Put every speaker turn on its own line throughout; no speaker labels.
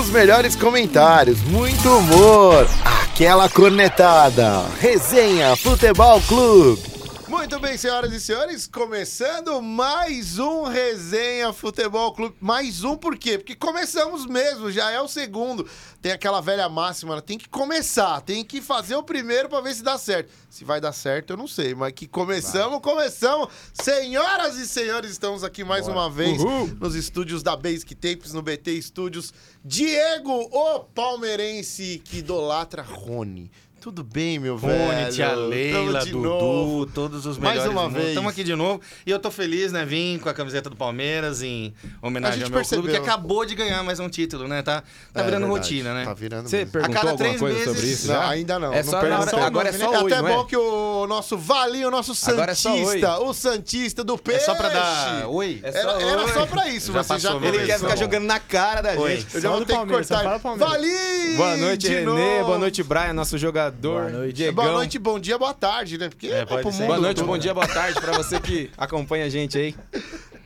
Os melhores comentários, muito humor, aquela cornetada, resenha Futebol Clube. Muito bem, senhoras e senhores, começando mais um Resenha Futebol Clube. Mais um por quê? Porque começamos mesmo, já é o segundo. Tem aquela velha máxima, né? tem que começar, tem que fazer o primeiro pra ver se dá certo. Se vai dar certo, eu não sei, mas que começamos, começamos. Senhoras e senhores, estamos aqui mais uma vez nos estúdios da Basic Tapes, no BT Studios. Diego, o palmeirense que idolatra Rony. Tudo bem, meu velho?
Rony, Tia
Tamo
Leila,
de
Dudu,
novo.
todos os
Mais
melhores.
uma
do mundo.
vez.
Estamos aqui de novo. E eu tô feliz, né? Vim com a camiseta do Palmeiras em homenagem
A gente
ao meu clube,
percebeu.
que acabou de ganhar mais um título, né? Tá, tá
É,
virando
verdade.
rotina, né?
Tá virando
Você
mesmo.
perguntou
cada
alguma
três
coisa
meses-
sobre isso?
Não,
já?
ainda não.
É
não
só na
perguntou
hora-
o
agora
nome,
é só
né?
oi,
Até
não é?
bom que o nosso Valinho, o nosso
Agora é só oi.
Santista, o Santista do
É
Peixe.
só pra
Ah,
dar oi?
É
Era,
só
era
oi.
só pra isso,
Já
você já
passou, beleza.
começou.
Ele quer ficar jogando na cara da
Oi.
gente.
Eu já
Só
vou
do
ter que
Palmeiras,
cortar.
só fala Palmeiras.
Valinho!
Boa noite,
de
Renê.
novo. É,
Boa noite, Brian, nosso jogador.
Boa noite.
Diegão.
Boa noite, bom dia, boa tarde, né? Porque
É,
é,
pode
pro
ser.
mundo
Boa noite,
todo,
bom
né?
dia, boa tarde pra você que acompanha a gente aí.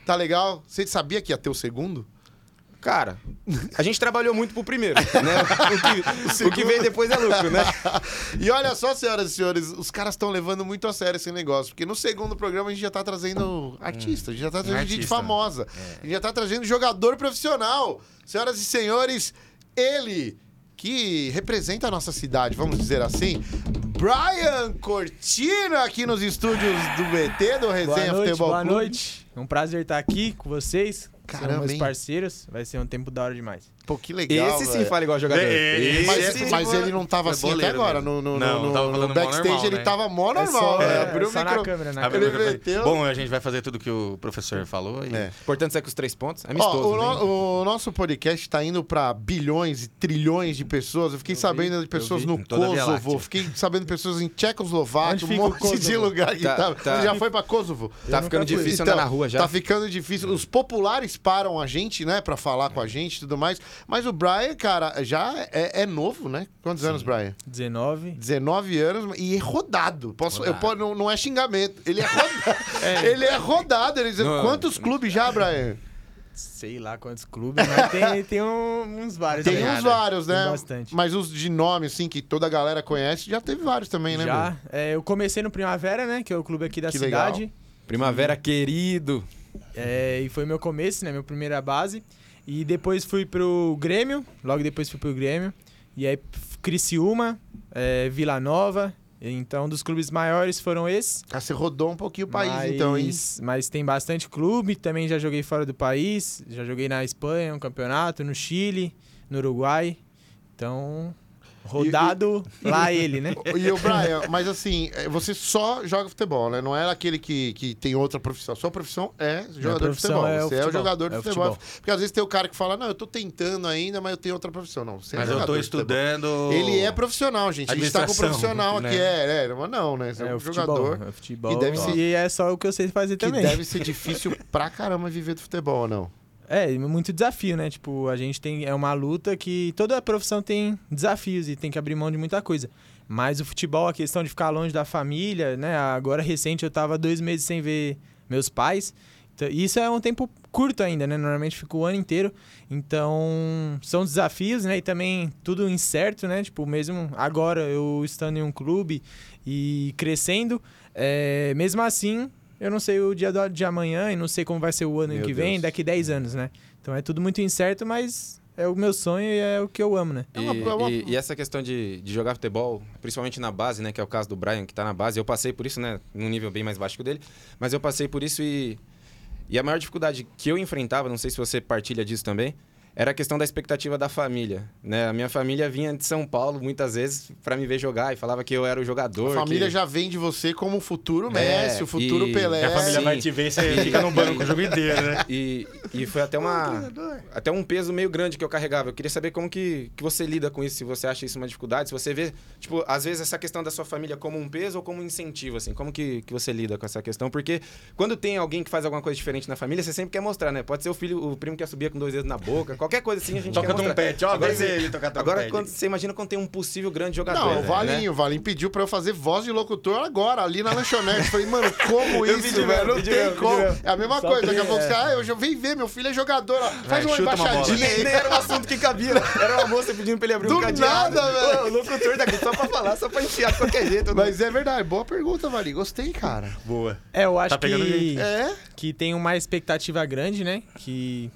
Tá legal? Você sabia que ia ter o segundo?
Cara, a gente trabalhou muito pro primeiro, né? O que, o que vem depois é lucro, né?
E olha só, senhoras e senhores, os caras estão levando muito a sério esse negócio. Porque no segundo programa a gente já tá trazendo artista, a gente já tá trazendo gente
artista. É.
famosa, a gente já tá trazendo jogador profissional. Senhoras e senhores, ele que representa a nossa cidade, vamos dizer assim. Brian Cortina aqui nos estúdios do BT, do Resenha
Boa noite,
Futebol
boa
Clube.
noite. É um prazer estar aqui com vocês.
Caramba,
São meus
hein?
parceiros. Vai ser um tempo da hora demais.
Pô, que legal,
Esse sim
velho.
fala igual jogador.
É,
Mas,
Esse
mas ele não tava
foi é
assim até
boleiro
agora.
mesmo.
No, no,
né, Não,
no-
tava
no
falando mó
backstage
normal,
ele
né?
tava mó
É
normal.
só,
né?
é,
Abriu o
só na
micro-
câmera, né?
Abre o
Ele
microfone.
meteu.
Bom, a gente vai fazer tudo que o professor falou. E...
É.
O importante é que os três pontos. É
Ó,
amistoso.
o,
né?
no- o nosso podcast tá indo pra bilhões e trilhões de pessoas. Eu fiquei sabendo de pessoas
vi.
no
Em toda a Via
Kosovo,
Láctea.
fiquei sabendo de pessoas em
Onde
Tchecoslováquia, um
fica o
monte de
Kosovo?
lugar que
Tá,
tava.
tá.
Você já foi pra Kosovo?
Tá
nunca
ficando
fui.
difícil
Então,
andar na rua já.
Tá ficando difícil. Os populares param a gente, né, pra falar com a gente e tudo mais. Mas o Brian, cara, já é, é novo, né? Quantos anos, Brian?
19.
19 anos e é rodado. Posso, Eu posso, não, não é xingamento. Ele é rodado. Ele é rodado. Ele diz,
Não.
quantos clubes já, Brian?
Sei lá quantos clubes, mas tem, tem um- uns vários.
Tem
aí.
uns
é.
vários, né?
Tem bastante.
Mas os de nome, assim, que toda a galera conhece, já teve vários também, né?
Já.
meu?
É, eu comecei no Primavera, né? Que é o clube aqui da
Que legal.
cidade.
Primavera querido.
É, e foi meu começo, né? Minha primeira base. E depois fui pro Grêmio, logo depois fui pro Grêmio. E aí f- Criciúma, é, Vila Nova. Então, dos clubes maiores foram esses.
Ah, você rodou um pouquinho o país, então, hein?
Mas- Mas tem bastante clube, também já joguei fora do país. Já joguei na Espanha, um campeonato, no Chile, no Uruguai. Então, rodado lá ele, né?
E o Brian, mas assim, eh, você só joga futebol, né? Não é aquele que, que tem outra profissão. Sua profissão é jogador de
profissão
futebol.
é o
você é o
futebol.
jogador de
É o
futebol.
futebol.
Porque às vezes tem o cara que fala, não, eu tô tentando ainda, mas eu tenho outra profissão. Não, você é
Mas eu
jogador
tô
de futebol.
estudando.
Ele é profissional, gente. A gente tá com um
Administração,
profissional aqui, é,
né?
é, mas não, né? Você é,
o
um jogador
futebol. É o futebol.
que deve ser-
E é só o que eu sei fazer
que
também.
deve ser difícil pra caramba viver do futebol, ou não?
É, e muito desafio, né? Tipo, a gente tem. É uma luta que toda profissão tem desafios e tem que abrir mão de muita coisa. Mas o futebol, a questão de ficar longe da família, né? Agora recente eu tava dois meses sem ver meus pais. Então, e isso é um tempo curto ainda, né? Normalmente fica o ano inteiro. Então, são desafios, né? E também tudo incerto, né? Tipo, mesmo agora eu estando em um clube e crescendo, é, mesmo assim, eu não sei o dia do- de amanhã e não sei como vai ser o ano
Meu
que vem,
Deus.
daqui 10 anos, né? Então é tudo muito incerto, mas é o meu sonho e é o que eu amo, né?
E,
É uma- é uma-
e- e essa questão de, de jogar futebol, principalmente na base, né? Que é o caso do Brian, que tá na base. Eu passei por isso, né? Num nível bem mais baixo que o dele. Mas eu passei por isso e... E a maior dificuldade que eu enfrentava, não sei se você partilha disso também, era a questão da expectativa da família, né? A minha família vinha de São Paulo muitas vezes pra me ver jogar e falava que eu era o jogador.
A família
que-
já vem de você como o futuro Messi, o futuro
e-
Pelé.
E a família
Sim.
vai te ver e você fica no banco o jogo inteiro, né?
E, e foi até uma até um peso meio grande que eu carregava. Eu queria saber como que, que você lida com isso, se você acha isso uma dificuldade, se você vê, tipo, às vezes essa questão da sua família como um peso ou como um incentivo, assim, como que, que você lida com essa questão? Porque quando tem alguém que faz alguma coisa diferente na família, você sempre quer mostrar, né? Pode ser o filho, o primo que ia subir com dois dedos na boca, Qualquer coisa assim a gente
Toca
quer mostrar.
trompete, ó,
Agora,
agora ele toca trompete.
agora quando, você imagina quando tem um possível grande jogador.
Não, o
né?
Valim, o Valim pediu pra eu fazer voz de locutor agora, ali na lanchonete. Falei, mano, como
Eu
isso,
pedi
velho?
mesmo,
Não
pedi
tem
mesmo,
como.
pedi mesmo.
É a mesma
Só
coisa. Daqui a
tem-
pouco você, ah, eu já vim ver, meu filho é jogador. ó. Faz uma
chuta uma
embaixadinha
bola.
aí.
Nem era o assunto que cabia. Era uma moça pedindo pra ele abrir
Do
um cadeado.
nada, velho.
Ô, O locutor daqui só pra falar, só pra enfiar de qualquer jeito.
Mas é verdade, boa pergunta, Valim. Gostei, cara.
Boa.
É, eu acho
Tá pegando
que,
É?
que tem uma expectativa grande, né? Que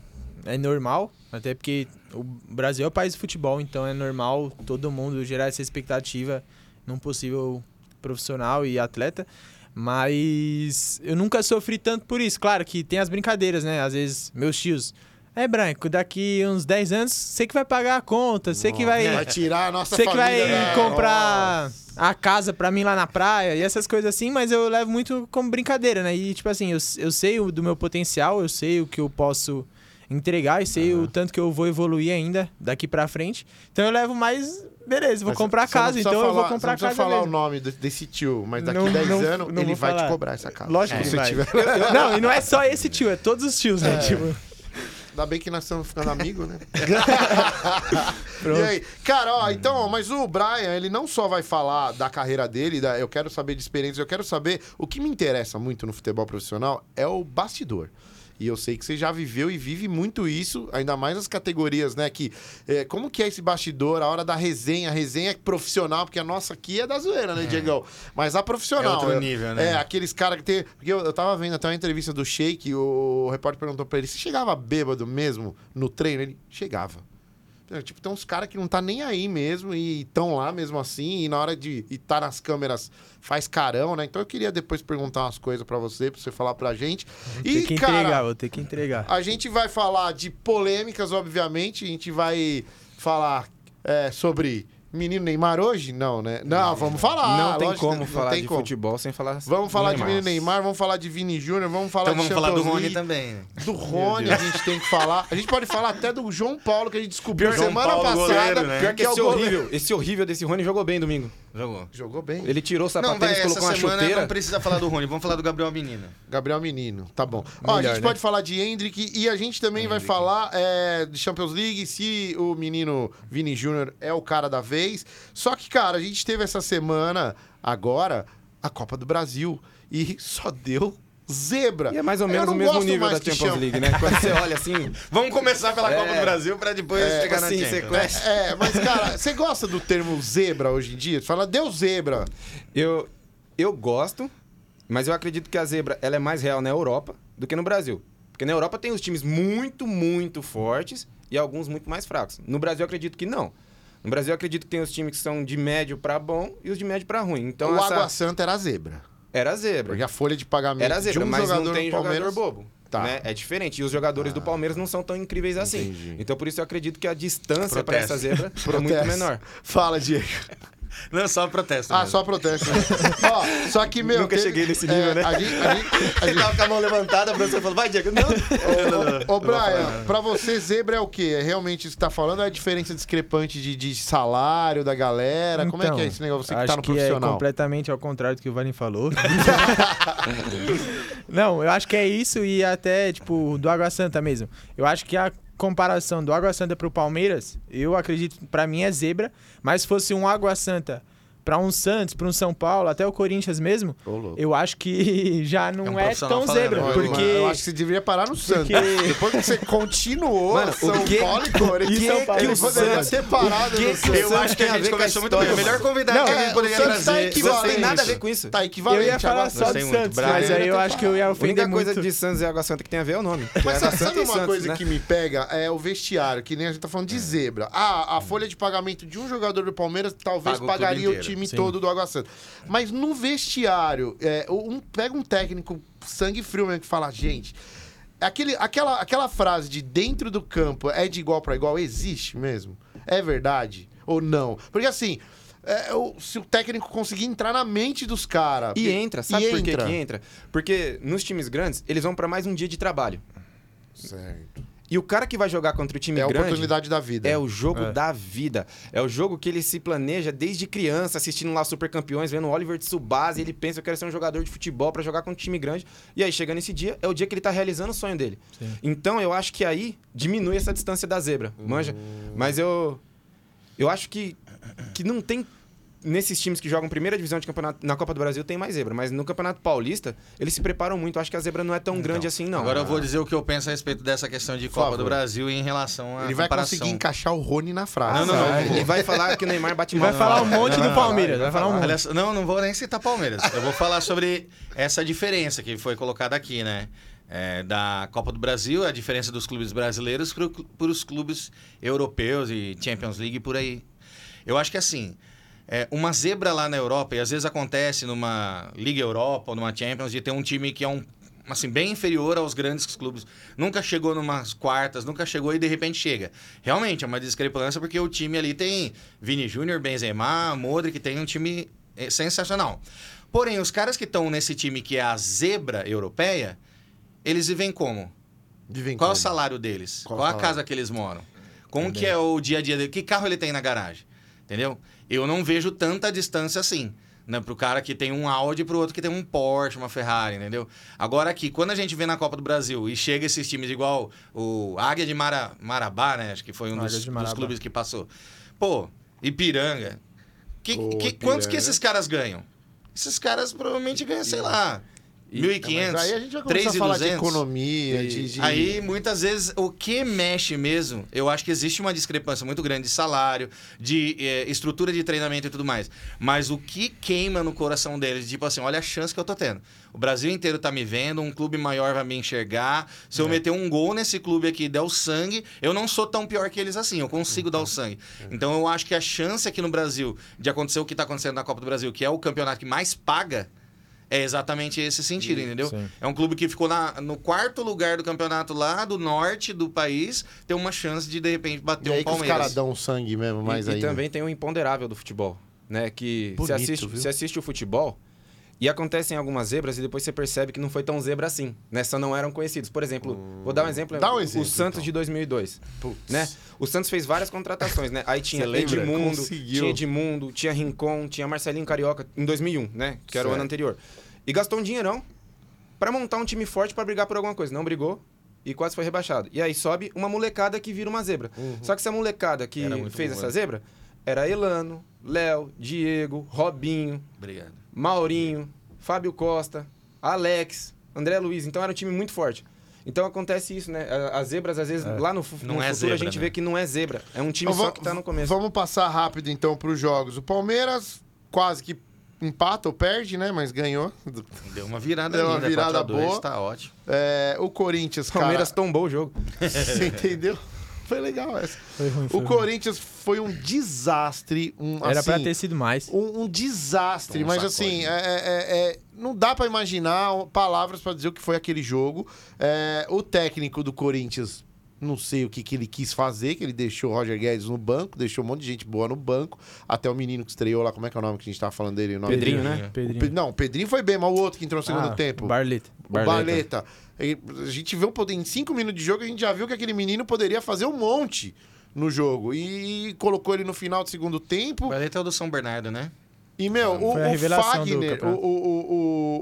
é normal, até porque o Brasil é o país do futebol, então é normal todo mundo gerar essa expectativa num possível profissional e atleta. Mas eu nunca sofri tanto por isso. Claro que tem as brincadeiras, né? Às vezes, meus tios. É, Branco, daqui uns 10 anos, você que vai pagar a conta, você que vai.
Vai tirar a nossa
Você que vai
família. né? da-
comprar a casa pra mim lá na praia e essas coisas assim, mas eu levo muito como brincadeira, né? E, tipo assim, eu, eu sei o, do meu potencial, eu sei o que eu posso entregar e sei o tanto que eu vou evoluir ainda daqui pra frente. Então eu levo mais, beleza, vou
Mas
comprar a
você não
casa,
precisa
então eu vou
falar-
comprar a
você não
casa
precisa falar o
mesmo.
nome de- desse tio, mas daqui
Não-
10
não-
anos
não
ele
vou
vai te
falar.
cobrar essa casa.
Lógico que
Se você
vai.
tiver.
Não, e não é só esse tio, é todos os tios, né? Tipo,
Ainda bem que nós estamos ficando amigos, né? e aí? Cara, ó, então, ó, mas o Brian, ele não só vai falar da carreira dele, da- eu quero saber de experiências, eu quero saber. O que me interessa muito no futebol profissional é o bastidor. E eu sei que você já viveu e vive muito isso, ainda mais nas categorias, né? Que, é, como que é esse bastidor, a hora da resenha, a resenha é profissional, porque a nossa aqui é da zoeira, né, Diegão? Mas a profissional.
É outro
eu-
nível, né?
É, aqueles caras que tem. Porque eu, eu tava vendo até uma entrevista do Sheik, o, repórter perguntou pra ele: se chegava bêbado mesmo no treino? Ele chegava. Então, Tipo, tem uns caras que não tá nem aí mesmo e estão lá mesmo assim, e na hora de estar nas câmeras faz carão, né? Então eu queria depois perguntar umas coisas pra você, pra você falar pra gente.
tem
E,
que
cara,
entregar, vou ter que entregar.
a gente vai falar de polêmicas, obviamente. A gente vai falar é, sobre menino Neymar hoje? Não, né? Não, vamos falar.
não tem
Ah, lógico, né?
como
não
falar
tem
de
como.
futebol sem falar.
Vamos falar de menino Neymar, vamos falar de Vini Júnior, vamos falar
Então
de
vamos falar do
Champions
Rony
League,
também. né?
Do Rony a gente tem que falar. A gente pode falar até do João Paulo, que a gente descobriu
Pior João
semana
Paulo,
passada.
goleiro, né?
Pior que
é o
esse
goleiro.
horrível, esse horrível desse Rony jogou bem domingo.
Jogou.
Jogou bem.
Ele tirou o
Não, vai,
sapatênis,
essa
colocou uma
semana
chuteira.
não precisa falar do Rony, vamos falar do Gabriel Menino.
Gabriel Menino, tá bom. Ó, a
Melhor,
gente
né?
pode falar de Hendrick e a gente também vai falar é, de Champions League, se o menino Vini Júnior é o cara da vez. Só que, cara, a gente teve essa semana, agora, a Copa do Brasil e só deu zebra.
E é mais ou
Eu
menos o
não
mesmo
gosto
nível
mais
da
que
Champions
chama-
League, né? Quando você olha assim,
Vamos começar pela
É.
Copa do Brasil pra depois
É,
chegar na
assim,
Champions.
você conhece-
É, mas cara, você gosta do termo zebra hoje em dia? Você fala, deu zebra.
eu, eu gosto, mas eu acredito que a zebra ela é mais real na Europa do que no Brasil. Porque na Europa tem os times muito, muito fortes e alguns muito mais fracos. No Brasil eu acredito que não. No Brasil eu acredito que tem os times que são de médio pra bom e os de médio pra ruim. Então
o
essa
Água Santa era zebra.
era a zebra.
Porque a folha de pagamento
Era zebra,
de um
mas
jogador
não tem
no Palmeiras...
jogador bobo.
Tá. Ah.
né? É diferente. E os jogadores do Palmeiras não são tão incríveis assim.
Entendi.
Então por isso eu acredito que a distância para
Protesto.
essa zebra é muito
Protesto.
menor.
Fala, Diego.
Não, só protesto.
Ah,
mesmo.
só protesto. né? Ó, só que, meu... é,
Nunca cheguei nesse nível, né?
A gente... A gente, a
Ele
gente...
tava com a mão levantada, a professora falou, vai, Diego. Não,
né?
Ô, ô, Brian, pra você, zebra é o quê? É realmente isso que tá falando? É a diferença discrepante de, de salário da galera? Como é que é esse negócio? Você que
Então, acho
tá no
que É
profissional.
completamente ao contrário do que o Valim falou. Não, eu acho que é isso e até, tipo, do Água Santa mesmo. Eu acho que a comparação do Água Santa pro Palmeiras, eu acredito, pra mim é zebra, mas se fosse um Água Santa pra um Santos, pra um São Paulo, até o Corinthians mesmo,
Ô, louco.
eu acho que já
É
não
um
é,
profissional
tão
falando,
zebra,
né?
porque...
Eu acho que você deveria parar no Santos. Depois que você continuou,
Mano, o
São
que- é
Paulo e Corinthians.
o que
São Paulo.
que o
Ele poderia
Santos-
ter parado
o que
no
que
Santos.
Eu acho que
Tem a
a gente
ver com a
conversou muito bem. O
história,
melhor convidado
Não,
que a
é,
gente poderia
o Santos tá
trazer.
equivalente.
Você
Tem nada a ver com isso.
Tá
Eu
equivalente.
ia falar
agora.
só do
gostei muito.
Santos,
Brian,
mas aí
eu
eu
tô
acho que eu ia
A única
ofender
coisa
muito.
de Santos e Água Santa que tem a ver é o nome.
Mas
Era
sabe,
Santa
sabe
e
uma
Santos,
coisa
né?
que me pega? É o vestiário, que nem a gente tá
É.
falando de zebra. Ah, a folha de pagamento de um jogador do Palmeiras talvez
Paga o clube
pagaria o
inteiro.
time
Sim.
todo do Água Santa. Mas no vestiário, é, um- pega um técnico sangue frio mesmo que fala, gente. Aquele, aquela, aquela frase de dentro do campo é de igual pra igual, existe mesmo? É verdade? Ou não? Porque assim, é, o- se o técnico conseguir entrar na mente dos caras.
E entra, sabe
E
por que
entra. É
que entra? Porque nos times grandes, eles vão pra mais um dia de trabalho.
Certo.
E o cara que vai jogar contra o time
É a
grande...
oportunidade da vida.
É o jogo
É.
da vida. É o jogo que ele se planeja desde criança, assistindo lá Super Campeões, vendo o Oliver Tsubasa, e ele pensa, eu quero ser um jogador de futebol pra jogar com um time grande. E aí, chegando esse dia, é o dia que ele tá realizando o sonho dele.
Sim.
Então, eu acho que aí diminui essa distância da zebra, manja? Mas eu... Eu acho que, que não tem... Nesses times que jogam primeira divisão de campeonato na Copa do Brasil tem mais zebra, mas no Campeonato Paulista eles se preparam muito. Eu acho que a zebra não é
Então.
tão grande assim, não.
Agora eu vou dizer o que eu penso a respeito dessa questão de
Por
Copa
favor.
do Brasil em relação a
Ele vai
comparação.
conseguir encaixar o Rony na frase. tá,
Não, não, não.
Vai.
Ele vai falar que o Neymar bate
Ele vai
mal.
falar um monte do Palmeiras. Vai falar um monte.
Olha só, não, não vou nem citar Palmeiras. Eu vou falar sobre essa diferença que foi colocada aqui, né? É, da Copa do Brasil, a diferença dos clubes brasileiros para os clubes europeus e Champions League e por aí. Eu acho que assim, é, uma zebra lá na Europa, e às vezes acontece numa Liga Europa ou numa Champions, de ter um time que é um assim bem inferior aos grandes clubes. Nunca chegou numas quartas, nunca chegou e de repente chega. Realmente é uma discrepância porque o time ali tem Vini Júnior, Benzema, Modric, tem um time eh, sensacional. Porém, os caras que estão nesse time que é a zebra europeia, eles vivem como?
Adivinha
Qual é o
como.
salário deles?
Qual
Qual, é
o
a
salário?
casa que eles moram? Como que é o dia a dia dele? Que carro ele tem na garagem? Entendeu? Eu não vejo tanta distância assim. Né? Pro cara que tem um Audi, pro outro que tem um Porsche, uma Ferrari, entendeu? Agora aqui, quando a gente vê na Copa do Brasil e chega esses times igual o Águia de Mara- Marabá, né? Acho que foi um
Águia
dos,
de
dos
Marabá.
clubes que passou. Pô, Ipiranga. Que-
Pô,
que- quantos
Ipiranga.
que esses caras ganham? Esses caras provavelmente ganham, sei lá,
E-
É,
1.500,
mas aí a gente vai começar a falar de
3.200.
economia,
E-
de, de-
Aí, muitas vezes, o que mexe mesmo, eu acho que existe uma discrepância muito grande de salário, de eh, estrutura de treinamento e tudo mais. Mas o que queima no coração deles, tipo assim, olha a chance que eu tô tendo. O Brasil inteiro tá me vendo, um clube maior vai me enxergar. Se
É.
eu meter um gol nesse clube aqui e der o sangue, eu não sou tão pior que eles assim, eu consigo
Uhum.
dar o sangue. Então, eu acho que a chance aqui no Brasil de acontecer o que tá acontecendo na Copa do Brasil, que é o campeonato que mais paga, é exatamente esse sentido, entendeu?
sim.
É um clube que ficou na- no quarto lugar do campeonato lá do norte do país, tem uma chance de de repente bater
E
um
aí que os
Palmeiras.
caras dão sangue mesmo, mais
e,
aí.
e também tem o imponderável do futebol, né? Que
Bonito,
você, assiste,
viu?
você assiste o futebol e acontecem algumas zebras e depois você percebe que não foi tão zebra assim, né? Só não eram conhecidos. Por exemplo, vou dar um exemplo.
Dá um exemplo,
o Santos
então.
de 2002,
Putz.
né? O Santos fez várias contratações, né? Aí tinha
Você lembra?
Edmundo,
Conseguiu.
tinha Edmundo, tinha Rincon, tinha Marcelinho Carioca em 2001, né? Que era o
Certo.
ano anterior. E gastou um dinheirão pra montar um time forte pra brigar por alguma coisa. Não brigou e quase foi rebaixado. E aí sobe uma molecada que vira uma zebra. Só que essa molecada que
Era muito
fez
bom,
essa
né?
zebra era Elano, Léo, Diego, Robinho,
Obrigado.
Maurinho, Fábio Costa, Alex, André Luiz. Então era um time muito forte. Então acontece isso, né? A- As zebras, às vezes, lá no, fu-
Não
no
é
futuro,
zebra,
a gente
né?
vê que não é zebra. É um time
Então,
só
va-
que tá no começo.
Vamos passar rápido então pros jogos. O Palmeiras quase que empata ou perde, né? Mas ganhou.
Deu uma virada
Deu
ali,
uma
né?
virada
4 a 2,
boa.
tá ótimo.
É, o Corinthians,
O Palmeiras
cara.
tombou o jogo.
Você entendeu? Foi legal essa.
Foi ruim, foi
O
ruim.
Corinthians foi um desastre. Um,
Era
assim,
pra ter sido mais.
um, um desastre,
Tomou
mas
um sacode,
assim,
né?
é- é- é- não dá pra imaginar um, palavras pra dizer o que foi aquele jogo. É, o técnico do Corinthians, não sei o que, que ele quis fazer, que ele deixou o Roger Guedes no banco, deixou um monte de gente boa no banco, até o menino que estreou lá, como é que é o nome que a gente tava falando dele? O nome
Pedrinho,
dele?
né?
O Pe-
Pedrinho.
Não, o Pedrinho foi bem, mas o outro que entrou no segundo
Ah,
tempo.
Barleta.
O Barleta. E A gente viu um poder. Em cinco minutos de jogo, a gente já viu que aquele menino poderia fazer um monte no jogo. E colocou ele no final do segundo tempo.
O Barleta é o do São Bernardo, né?
E, meu, o,
Foi a
o
revelação do
Fagner, o,
campeonato.
o, o,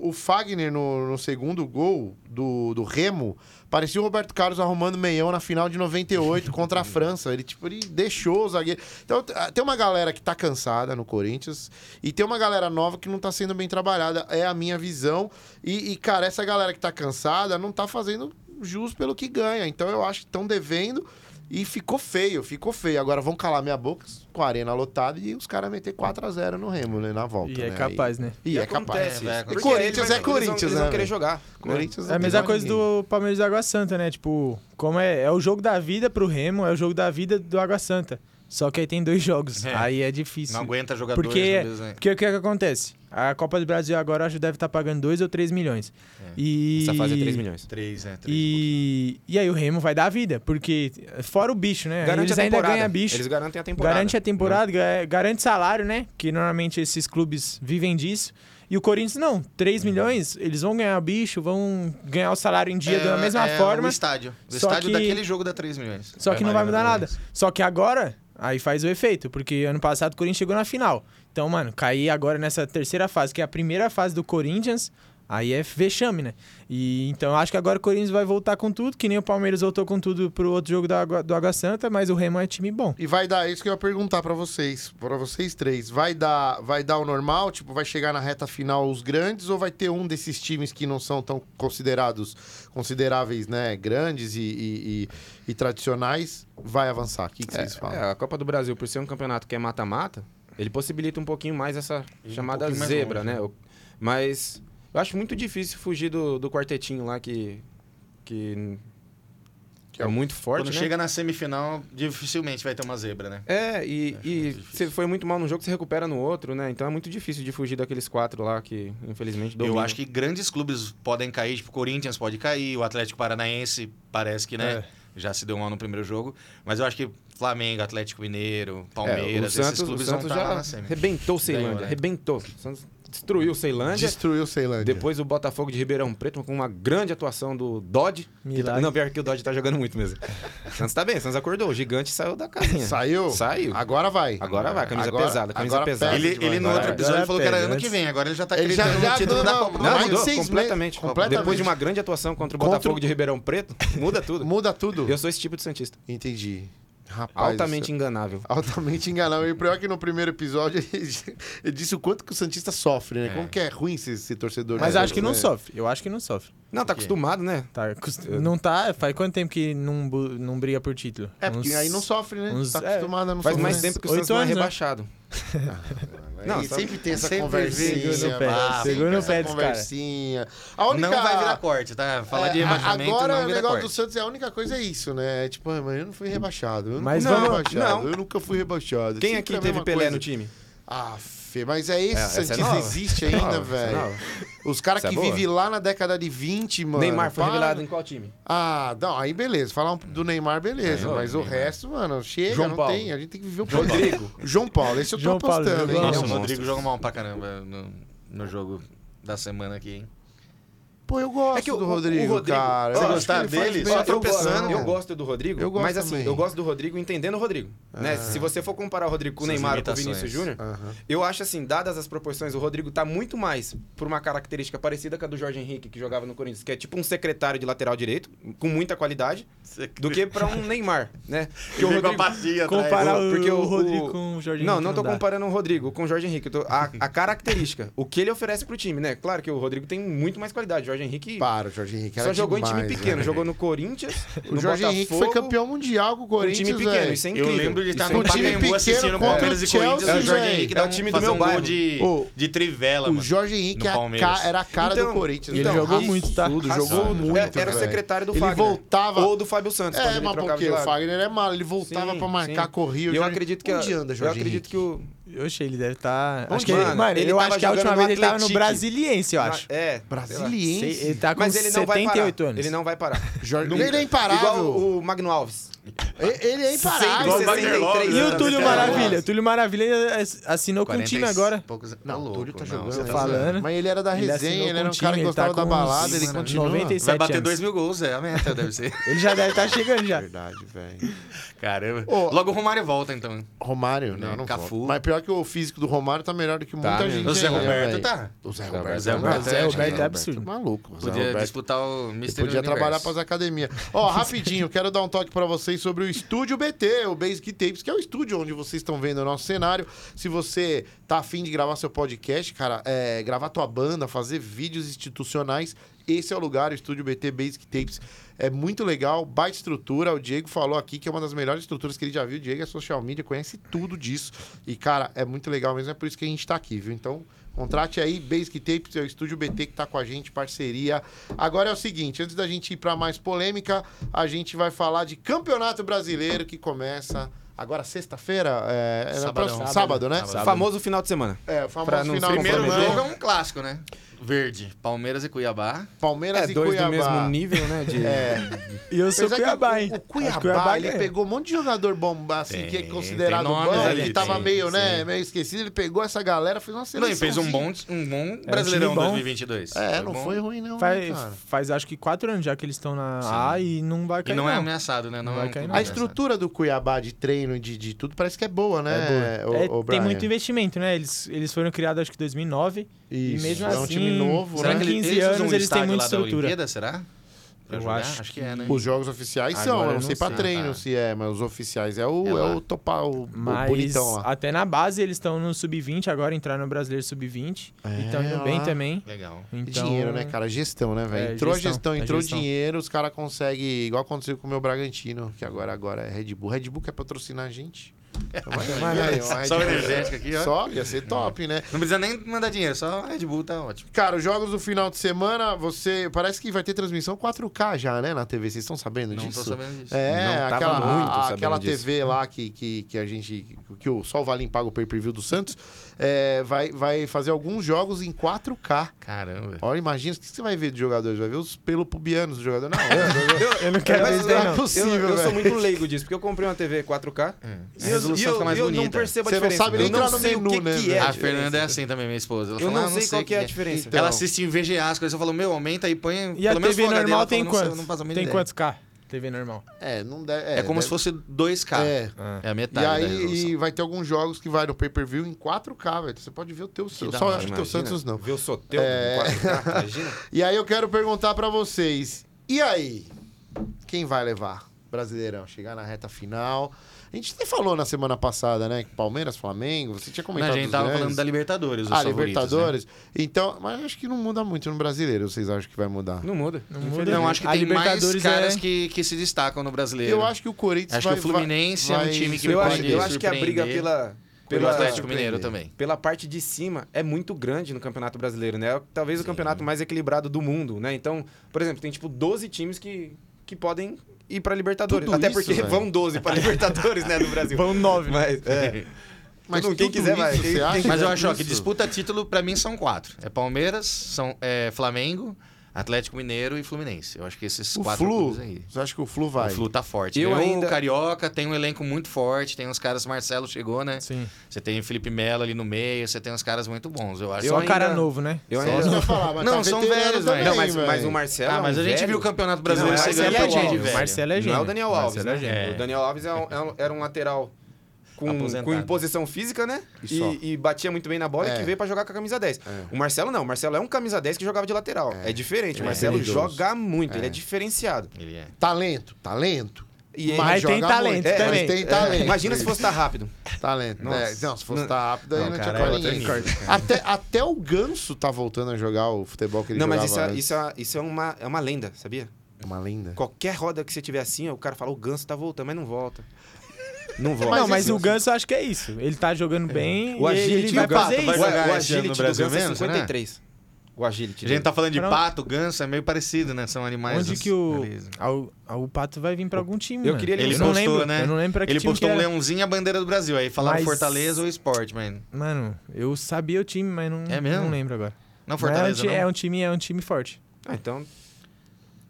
o- o Fagner no, no segundo gol do, do Remo, parecia o Roberto Carlos arrumando meião na final de 98 contra a França. Ele, tipo, ele deixou o zagueiro. Então, t- ah, tem uma galera que tá cansada no Corinthians e tem uma galera nova que não tá sendo bem trabalhada. É a minha visão. E, e, cara, essa galera que tá cansada não tá fazendo jus pelo que ganha. Então, eu acho que estão devendo. E ficou feio, ficou feio. Agora vão calar minha boca com a arena lotada e os caras meter 4x0 no Remo, né? Na volta.
E é
né?
capaz, né?
Aí- E, é capaz.
Acontece, vai
Porque
Corinthians
aí
é
eles vão- eles vão-
Corinthians,
Eles
né,
vão querer
velho?
jogar.
Corinthians
É a mesma coisa do Palmeiras e Água Santa, né? Tipo, como é, é o jogo da vida pro Remo, é o jogo da vida do Água Santa. Só que aí tem dois jogos.
É.
Aí é difícil.
Não aguenta jogadores
Porque,
às vezes, né?
porque o que, é que acontece? A Copa do Brasil agora acho que deve estar pagando 2 ou 3 milhões. E...
Essa fase é 3 milhões.
Três, né? Três.
E... e aí o Remo vai dar a vida, porque fora o bicho, né?
Garante
eles
a
ainda
temporada.
ganham bicho.
Eles garantem a temporada.
Garante a temporada, ga- garante salário, né? Que normalmente esses clubes vivem disso. E o Corinthians não, 3 milhões, eles vão ganhar o bicho, vão ganhar o salário em dia da mesma
é
forma.
O estádio. O
só
estádio
que-
daquele jogo dá 3 milhões.
Só
É,
que não vai
Marina,
mudar
né?
nada. Só que agora, aí faz o efeito, porque ano passado o Corinthians chegou na final. Então, mano, cair agora nessa terceira fase, que é a primeira fase do Corinthians, aí é vexame, né? E então eu acho que agora o Corinthians vai voltar com tudo, que nem o Palmeiras voltou com tudo pro outro jogo da Água- do Água Santa, mas o Remo é time bom.
E vai dar, isso que eu ia perguntar pra vocês, pra vocês três. Vai dar, vai dar o normal, tipo, vai chegar na reta final os grandes ou vai ter um desses times que não são tão considerados consideráveis, né, grandes e, e- e- e tradicionais, vai avançar. O que, que vocês falam?
É, a Copa do Brasil, por ser um campeonato que é mata-mata, ele possibilita um pouquinho mais essa chamada
pouquinho mais
zebra,
longe,
né? O- Mas eu acho muito difícil fugir do, do quartetinho lá que. que.
Que é
é
o-
muito forte.
Quando
né?
chega na semifinal, dificilmente vai ter uma zebra, né?
É, e,
Acho
e
muito difícil.
você foi muito mal num jogo, você recupera no outro, né? Então é muito difícil de fugir daqueles quatro lá que, infelizmente, dominam.
Eu acho que grandes clubes podem cair, tipo o Corinthians pode cair, o Atlético Paranaense parece que, né? Já se deu mal no primeiro jogo. Mas eu acho que Flamengo, Atlético Mineiro,
É, o
Palmeiras,
Santos,
esses clubes
o Santos
vão estar lá
já
na semi.
arrebentou
Ganhou,
Ceilândia,
né?
arrebentou. O Santos destruiu Ceilândia.
Destruiu o Ceilândia.
Depois o Botafogo de Ribeirão Preto com uma grande atuação do Dodge. Que tá-
Milagre.
não, pior que o Dodge tá jogando muito mesmo. Santos tá bem, Santos acordou. O gigante saiu da casinha.
Saiu?
né? Saiu.
Agora vai.
Agora vai, camisa
Agora-
pesada, camisa
agora
pesada.
Ele,
pesa
ele no
demais.
outro
Agora
episódio falou que era
pega,
ano que
antes-
vem, agora ele já tá
Ele já-
acreditando
já-
no título
não,
da
não,
Copa.
não,
Não,
mas
mudou
seis meses-
completamente.
completamente.
Depois de uma grande atuação contra o
Contra o-
Botafogo de Ribeirão Preto, muda tudo.
Muda tudo.
Eu sou esse tipo de Santista.
Entendi. Rapaz,
Altamente enganável.
Altamente enganável. E o pior é que no primeiro episódio ele ele disse o quanto que o Santista sofre, né? Como que é ruim ser, ser torcedor. né?
Mas
do
acho que não
Santos,
sofre, eu acho que não sofre.
Não, tá acostumado, né?
Tá, cust- não tá, faz quanto tempo que não, bu- não briga por título?
né? É, porque
Uns-
aí não sofre, né?
uns-
tá
é,
acostumado a não
Faz
sofrer.
mais
uns
tempo que o
oito
Santos não é
anos, né?
rebaixado.
Não,
Não, só-
sempre tem essa
sempre
conversinha.
vem
no pé,
pá,
segura
sempre
no
essa
pé desse cara.
conversinha. A única...
Não vai virar corte, tá? Falar de
É,
rebaixamento
Agora
não
o
vira
negócio
corte.
do Santos é a única coisa é isso, né? Tipo, ah, mas eu não fui rebaixado. Eu
Mas
nunca fui
vamos-
rebaixado.
não.
Eu nunca fui rebaixado.
Quem
Sempre
aqui
a
teve
mesma
Pelé
coisa.
no time?
Ah, Fê, mas é esse
É, essa é
Santista
nova.
existe
Essa é
ainda,
nova, essa é
velho.
nova.
Os caras
Essa é
que
boa.
vivem lá na década de 20, mano.
Neymar foi
para.
revelado em qual time?
Ah, não, aí beleza. Falar um- do Neymar, beleza.
Neymar,
mas o
Neymar.
resto, mano, chega,
João
não
Paulo.
tem. A gente tem que viver o
João
Paulo. João Paulo, esse eu tô
João Paulo,
apostando,
João
hein?
Nossa,
Ele é
o
um
Rodrigo joga mal pra caramba no, no jogo da semana aqui, hein?
Pô, eu gosto
É que o-
do
o- o
Rodrigo,
Rodrigo-
cara.
Ó,
Eu
Você
acho
gostar
que ele faz
dele?
bem.
Só
Eu gosto-
tropeçando.
É.
Eu gosto do Rodrigo,
Eu gosto
mas assim,
também. Ah.
eu gosto do Rodrigo entendendo o Rodrigo, né? Se você for comparar o Rodrigo com o
Suas
Neymar ou com o
limitações.
Vinícius Júnior,
Aham.
eu acho assim, dadas as proporções, o Rodrigo tá muito mais por uma característica parecida com a do Jorge Henrique, que jogava no Corinthians, que é tipo um secretário de lateral direito, com muita qualidade, do que pra um Neymar, né? Porque
Ele vem com a pastinha atrás.
Comparar o,
Porque o- o-
Rodrigo com o Jorge
não,
Henrique
não tô
dá.
comparando o Rodrigo com o Jorge Henrique. eu tô- a, a característica, o que ele oferece pro time, né? Claro que o Rodrigo tem muito mais qualidade. O Jorge Henrique
Para, o Jorge Henrique.
só
era
jogou em
demais,
time pequeno.
velho.
Jogou no Corinthians,
O
no
Jorge
Botafogo,
Henrique foi campeão mundial com o
com um
Corinthians.
time pequeno.
velho.
Isso é
Eu
incrível.
lembro de estar
Isso
é
no
incrível.
Pacaembu
Time pequeno
assistindo
contra o
Palmeiras e
Chelsea,
Corinthians. e O Jorge
velho.
Henrique
É o
dá um,
time do
fazer
meu
um gol
bairro.
de,
Ô,
de trivela,
O
mano.
Jorge Henrique
No
é a
Palmeiras.
ca- era a cara
Então,
do Corinthians.
ele
velho.
jogou
Absurdo,
muito, tá?
Jogou
Arrasou.
muito.
É, Era o
velho.
secretário do
Ele
Fagner.
voltava-
Ou do Fábio Santos. quando
É,
ele
mas
trocava
porque
de
o
lado.
Fagner é malo, ele voltava
Sim,
pra marcar,
sim.
corria. o
Eu
Jorge-
acredito que a-
Onde anda,
Eu
Jorge
acredito que o
Oxe, ele deve estar.
Onde
Acho que
que
ele,
ele-
mano,
ele
eu
tava
acho que a
jogando
última
no
vez ele tava no
Atlético.
Brasiliense, eu acho.
É.
Brasiliense?
Se- Ele tá com
Mas ele não vai parar.
78 anos.
Ele não vai parar.
Jorge-
Nunca.
Ele é imparável.
Igual o Magno Alves.
E- Ele é
Igual
imparável.
o Wagner Lopes,
E o
né?
Túlio
Ele
Maravilha? O Túlio Maravilha eh, assinou com o
40 e
time agora.
Poucos...
Não, o Túlio tá jogando.
você
né?
falando.
Mas ele era da
Ele
resenha,
assinou
ele,
com
era um cara
o time,
que
ele
gostava
tá
da
com
balada, ele
uns
continua.
97
Vai bater
anos.
2 mil gols, é a meta, deve ser.
Ele já deve estar chegando já.
Verdade, velho.
Caramba.
Ô.
Logo o Romário volta, então.
Romário, não, não
Cafu.
volta. Mas pior que o físico do Romário tá melhor do que muita
né?
gente.
O Zé
aí, né,
Roberto
velho?
tá.
O Zé Roberto.
Zé
não,
Roberto
o Zé
é
Roberto é
absurdo.
absurdo. Maluco. o Zé
Podia
Roberto
disputar o Mr.
Podia
Universo.
trabalhar para as academias. Ó, rapidinho, quero dar um toque para vocês sobre o Estúdio BT, o Basic Tapes, que é o estúdio onde vocês estão vendo o nosso cenário. Se você tá afim de gravar seu podcast, cara, é, gravar tua banda, fazer vídeos institucionais, esse é o lugar, o Estúdio BT Basic Tapes. É muito legal, baita estrutura. O Diego falou aqui que é uma das melhores estruturas que ele já viu. O Diego é social media, conhece tudo disso. E, cara, é muito legal mesmo. É por isso que a gente tá aqui, viu? Então, Contrate aí Basic Tapes, é o Estúdio BT que tá com a gente, parceria. Agora é o seguinte, antes da gente ir para mais polêmica, a gente vai falar de Campeonato Brasileiro que começa Agora, sexta-feira, é, é na
Sabadão.
próxima- sábado,
Sábado,
né?
sábado.
Famoso final de semana.
É, o famoso
Pra não
final
ser
Primeiro
do
comprometer.
jogo é um clássico, né? Verde, Palmeiras e Cuiabá.
Palmeiras
É,
e
dois
Cuiabá. É,
do mesmo nível, né? De...
E eu
é
sou
Apesar que
Cuiabá,
o-
hein?
O
Acho que
Cuiabá, ele
ganha.
pegou um monte de jogador bom, assim, que é
Tem,
considerado
tem nomes
bom,
ali,
que tava
sim,
meio, né,
sim.
meio esquecido. Ele pegou essa galera, fez uma
Não,
seleção.
e fez um bom, um bom
É, um time
Brasileirão
bom.
2022.
É, não
bom.
foi ruim não, né,
Faz,
cara.
faz acho que quatro anos já que eles estão na A e não vai
E
cair.
não é ameaçado, né? Não,
Não vai
é um
cair,
clube
não.
A
ameaçado.
estrutura do Cuiabá de treino, de, de tudo, parece que é boa, né?
É,
ô- ô,
tem
Brian?
muito investimento, né? Eles, eles foram criados acho que em 2009.
Isso.
E mesmo
é um
assim,
time novo,
Será
né?
Em
que
15
eles usam
anos
o
eles têm
estádio
muita
lá
estrutura.
Da Olimpíada, será? Pra
Eu
jogar?
acho
acho que é, né?
Os jogos oficiais
Agora
são, eu
eu
não
não
sei pra
sei,
treino
cara.
se é, mas os oficiais é o,
É
é
lá.
o topar, o, o
Mas
bonitão lá.
até na base eles estão no sub-20, agora entraram no Brasileiro sub-20. e estão
É,
indo bem
lá.
também.
Legal.
Então,
Dinheiro, né, cara? Gestão, né, velho?
É,
entrou
gestão,
a gestão,
é
entrou
gestão.
dinheiro, os caras conseguem, igual aconteceu com o meu Bragantino, que agora, agora é Red Bull. Red Bull quer patrocinar a gente. Então vai ganhar aí, uma Red
Só o
Bull.
energético aqui, ó.
Só, ia ser top, né?
Não precisa nem mandar dinheiro, só Red Bull tá ótimo.
Cara, os jogos do final de semana, você. Parece que vai ter transmissão 4K já, né, na TV. Vocês estão sabendo
Não
disso?
tô sabendo disso.
É,
Não tava
aquela,
muito
a-
sabendo
aquela
disso.
TV lá que, que, que a gente. que o Sol Valim paga o pay-per-view do Santos, é, vai, vai fazer alguns jogos em 4K.
Caramba.
Olha, imagina o que você vai ver de jogadores. Vai ver os pelo pubianos do jogador. Não, é, eu- eu-
Eu não quero
mas
ver isso daí,
não é
não.
possível,
eu, eu sou
velho.
muito um leigo disso, porque eu comprei uma TV 4K Hum. e
A
eu, e
resolução
eu,
fica mais
eu não
bonita.
percebo a
Você não
diferença.
sabe nem
eu não
entrar no
sei o
menu,
que,
né,
que é
velho?
a
diferença.
Fernanda é assim também, minha esposa. Ela
Eu
fala, "Ah,
não sei qual
o
que é a diferença.
Então.
Ela assiste em VGA, as coisas. Eu falo, meu, aumenta aí, põe.
E a
menos
TV
Full HD.
normal
Ela
tem
falou, "Não sei, eu
quantos?
não faço a mínima
Tem
ideia."
quantos K? TV normal.
é, não deve.
É como
deve-
se fosse 2K.
É.
É a
E
metade da
aí
resolução.
e vai ter alguns jogos que vai no pay-per-view em 4K, velho. Você pode ver o teu Santos.
da
Só
hora,
acho que o teu
Imagina,
Santos não.
Ver o Soteu
É.
em 4K, imagina.
E aí eu quero perguntar pra vocês. E aí? Quem vai levar? Brasileirão, chegar na reta final. A gente até falou na semana passada, né? Que Palmeiras, Flamengo, você tinha
Mas
comentado.
a gente
dos
tava
grandes.
falando da Libertadores. os
Ah,
favoritos, né?
Libertadores. Então, mas acho que não muda muito no brasileiro. Vocês acham que vai mudar?
Não muda.
Não muda.
Né? Não, acho que
A
tem mais
Libertadores é-
caras que, que se destacam no brasileiro.
Eu acho que o Corinthians
né? Acho
vai
que o Fluminense é um time que
Eu
pode
acho, eu acho que a briga
surpreender.
pela...
pelo
pela
Atlético Mineiro também.
pela parte de cima é muito grande no Campeonato Brasileiro, né? É talvez o campeonato mais equilibrado do mundo, né? Então, por exemplo, tem tipo 12 times que, que podem ir pra Libertadores.
Tudo
Até
isso,
porque
velho.
vão 12 pra Libertadores, né, no Brasil.
Vão nove, né?
Mas, é.
Mas
Não, quem
tudo
quiser
isso,
vai.
você
Quem-
acha? é
Mas eu acho ó, que
Isso.
disputa título, pra mim, são quatro. É Palmeiras, são, é, Flamengo, Atlético Mineiro e Fluminense. Eu acho que esses
O
quatro
Flu,
clubes aí.
você acha que o Flu vai?
O Flu tá forte.
Eu
Eu
ainda-
O Carioca tem um elenco muito forte, tem uns caras... Marcelo chegou, né?
Sim.
Você tem o Felipe Melo ali no meio, você tem uns caras muito bons, eu acho.
Eu
Só
ainda-
cara novo, né?
Eu
É isso que eu
ainda...
ia falar, mas
Não,
tá
são
veterano
velhos,
também,
velho.
Não, mas, mas o
velho.
Marcelo.
Ah, mas
é um
a gente
velho.
viu o Campeonato Brasileiro,
Não,
você
mas
ganha
ele é
pra gente,
gênio,
velho.
Marcelo é
Não
gênio.
é o Daniel Alves,
Marcelo é
né?
gênio.
É.
O Daniel Alves é um- é um- era um lateral com,
Aposentado.
com imposição física, né?
só.
E, e batia muito bem na bola
É.
e que veio pra jogar com a camisa 10. O Marcelo não. O Marcelo é um camisa 10 que jogava de lateral. É, diferente. O Marcelo
habilidoso.
joga muito. Ele é diferenciado.
Ele é.
Talento, talento.
E ele-
Mas tem
joga
talento
muito.
também.
Mas tem
É,
talento.
Imagina se fosse tá rápido.
Talento.
Nossa.
É, não, se fosse tá rápido, aí não,
Não,
tinha
cara,
pra
é outro
ninguém.
nível,
Até, até o Ganso tá voltando a jogar o futebol que ele
Não,
jogava
mas isso, é,
antes.
isso, é, isso é uma, é uma lenda, sabia?
É uma lenda.
Qualquer roda que você tiver assim, o cara fala, o Ganso tá voltando, mas não volta. Não volta.
não, mas
esse-
o Ganso eu acho que é isso. Ele tá jogando
É.
bem
O
e
agility
ele
do
vai
Ganso
fazer
vai
isso.
O,
jogar
o
esse ano
agility
no
do
Brasil
Ganso é
menos, né?
53. O agility.
A gente
dele.
tá falando de
Pronto.
pato, ganso, é meio parecido, né? São animais.
Onde
os-
que o,
eles-
ah, o, ah, o Pato vai vir pra algum time,
Eu
mano.
queria ele-
Ele
eu
postou,
não lembro,
né?
Eu não lembro pra que
Ele
time
postou
que
um
era.
leãozinho e a bandeira do Brasil. Aí falaram
Mas-
Fortaleza ou Sport, man.
Mano, eu sabia o time, mas não,
É mesmo?
não lembro agora.
Não
Mas é, um
Fortaleza,
ti-
não.
é um time, é um time forte.
Ah, então...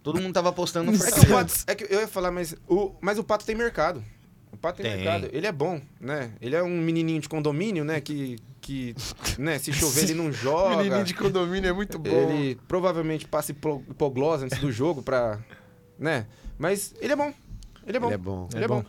Todo mundo tava apostando no
Não
É que, o
Fortaleza.
Pato, é que eu ia falar, mas o, mas o Pato tem mercado. O Pato tem,
Tem.
mercado. Ele é bom, né? Ele é um menininho de condomínio, né? Que, que né? se chover ele não joga.
Menininho de condomínio é muito bom.
Ele provavelmente passa hipo- hipoglose antes do jogo pra... Né? Mas ele é bom. Ele é bom.
Ele é bom.
Ele é bom.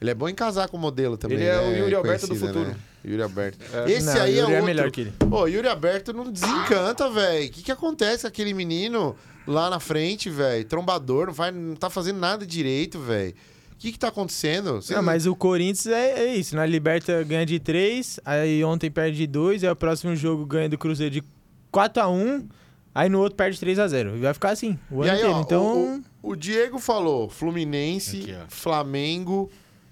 Ele é bom em casar com o modelo também.
Ele é
né?
o Yuri Alberto do
conhecido,
futuro.
né? Yuri Alberto.
É.
Esse
Não,
aí
Yuri
é
é
outro.
melhor que ele.
Ô, Yuri Alberto não desencanta, velho. O que, que acontece com aquele menino lá na frente, velho? Trombador, não, vai, não tá fazendo nada direito, velho. O que, que tá acontecendo? Você
Não, mas o Corinthians é, é isso. Na Liberta ganha de 3, aí ontem perde de 2, aí o próximo jogo ganha do Cruzeiro de 4x1, aí no outro perde 3x0. E vai ficar assim o
E
ano
aí,
inteiro.
ó,
então,
o, o- o Diego falou: Fluminense,
Aqui, ó.
Flamengo,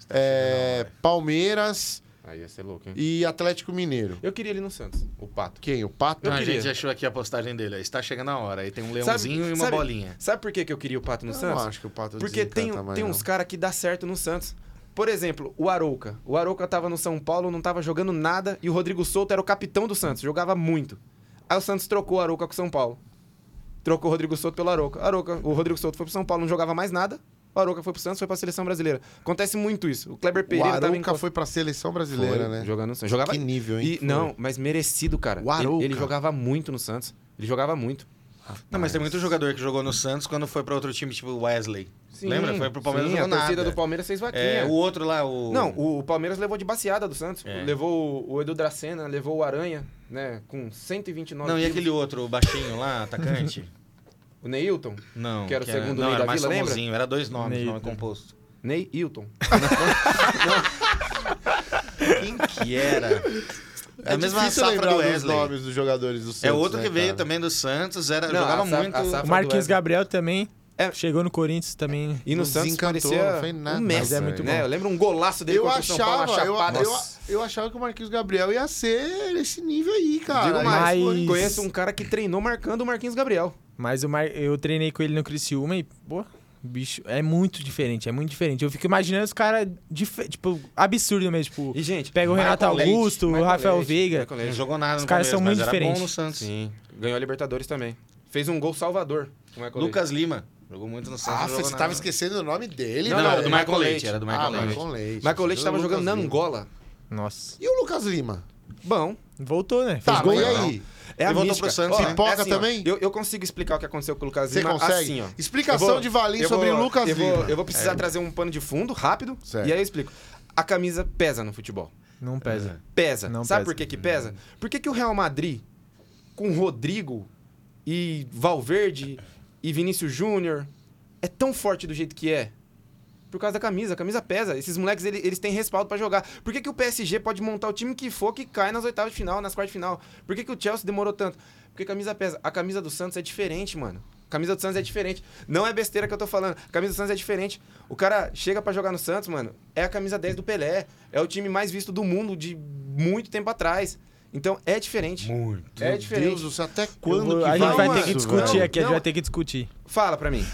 é, Palmeiras
Aí ia ser louco, hein?
e Atlético Mineiro.
Eu queria ele no Santos, o Pato.
Quem? O Pato?
Não, a
queria.
gente achou aqui a postagem dele. ó. Está chegando a hora. Aí tem um leãozinho e uma
sabe-
bolinha.
Sabe por que, que eu queria o Pato no
Eu não
Santos?
acho que o Pato
Porque tem,
desencanta mais,
tem
não.
uns caras que dá certo no Santos. Por exemplo, o Arouca. O Arouca tava no São Paulo, não tava jogando nada, e o Rodrigo Souto era o capitão do Santos, jogava muito. Aí o Santos trocou o Arouca com o São Paulo. Trocou o Rodrigo Souto pelo Arouca. Arouca. O Rodrigo Souto foi pro São Paulo, não jogava mais nada. O Arouca foi pro Santos, foi pra seleção brasileira. Acontece muito isso. O Kleber
O
Pereira tava em
Arouca foi pra seleção brasileira,
foi,
né?
Jogando no Santos. Jogava...
Que nível, hein?
E,
Foi.
não, mas merecido, cara.
O Arouca.
Ele, ele jogava muito no Santos. Ele jogava muito.
Não, mas tem muito jogador que jogou no Santos quando foi pra outro time, tipo o Wesley. Lembra? Foi pro Palmeiras
sim,
não
a
jogou
torcida
nada.
do Palmeiras fez vaquinha.
É, o outro lá, o...
Não, o, o Palmeiras levou de baseada do Santos.
É.
Levou o- o Edu Dracena, levou o Aranha, né? Com 129
Não, e
quilos.
aquele outro, o baixinho lá, atacante?
O Neilton?
Não.
Que era o segundo
não,
meio
era
da
mais
Vila, lembra?
famosinho, Era dois nomes,
Neilton.
nome composto.
Neilton.
Quem que era? É a mesma
difícil
safra
lembrar
do
dos
Wesley.
nomes dos jogadores do Santos.
É outro que
né,
veio
cara?
também do Santos, era,
Não,
jogava
a sa-
muito.
a safra
O
do
Marquinhos
Wesley.
Gabriel também
É.
chegou no Corinthians também.
E no
Nos
Santos
encantou,
parecia
não fez nada.
um
Mas
Messi,
é muito
né?
bom.
Eu lembro um golaço dele
Eu
contra o São Paulo,
achava,
uma
eu,
chapada.
eu, eu achava que o Marquinhos Gabriel ia ser esse nível aí, cara.
Digo
Aí
mais,
foi-
Mas-
conheço um cara que treinou marcando o Marquinhos Gabriel.
Mas o Mar- eu treinei com ele no Criciúma e, pô, bicho, é muito diferente, é muito diferente. Eu fico imaginando os caras, dif- tipo, absurdo mesmo, tipo...
E, gente...
Pega o Renato
Marco Leite,
Augusto, o
Michael
Rafael
Leite,
Veiga.
Michael
Não
Leite.
jogou nada
Os
no
caras
Palmeiras,
são
mas
muito
era
diferentes.
bom no Santos.
Sim. Ganhou a Libertadores também. Fez um gol salvador. com o Michael Leite.
Lucas Lima. Jogou muito no Santos.
Ah,
não jogou
você
nada.
tava esquecendo o nome dele,
Não, é
cara.
era do Michael Leite. Era do
Ah,
Michael Leite.
Michael Leite.
É Michael Leite tava
O Lucas
jogando na
Lima.
Angola.
Nossa.
E o Lucas Lima?
Bom,
Voltou, né? Fez
Tá,
gol.
mas e aí?
é
Ele
a
voltou
mística.
pro Santos,
Ó,
né?
Pipoca
é assim, ó,
também?
eu, eu consigo explicar o que aconteceu com o Lucas
Você
Lima
consegue?
assim, ó.
Explicação
Eu vou-
de Valim
eu
sobre
vou-
Lucas
eu vou,
Lima. É.
Eu vou precisar trazer um pano de fundo rápido
Certo.
e aí eu explico. A camisa pesa no futebol.
Não
É.
pesa.
É.
Pesa.
Não
Sabe
pesa.
por que que pesa? Por que, que o Real Madrid, com Rodrigo e Valverde e Vinícius Júnior, é tão forte do jeito que é? Por causa da camisa. A camisa pesa. Esses moleques, ele- eles têm respaldo pra jogar. Por que, que o PSG pode montar o time que for que cai nas oitavas de final, nas quartas de final? Por que, que o Chelsea demorou tanto? Porque a camisa pesa. A camisa do Santos é diferente, mano. A camisa do Santos é diferente. Não é besteira que eu tô falando. A camisa do Santos é diferente. O cara chega pra jogar no Santos, mano, é a camisa 10 do Pelé. É o time mais visto do mundo de muito tempo atrás. Então é diferente.
Muito.
é
Meu Deus
diferente.
do céu, até quando
Eu
que
vou- a gente vai ter
isso,
que discutir
velho?
aqui, a gente
Não.
vai ter que discutir.
Fala pra mim.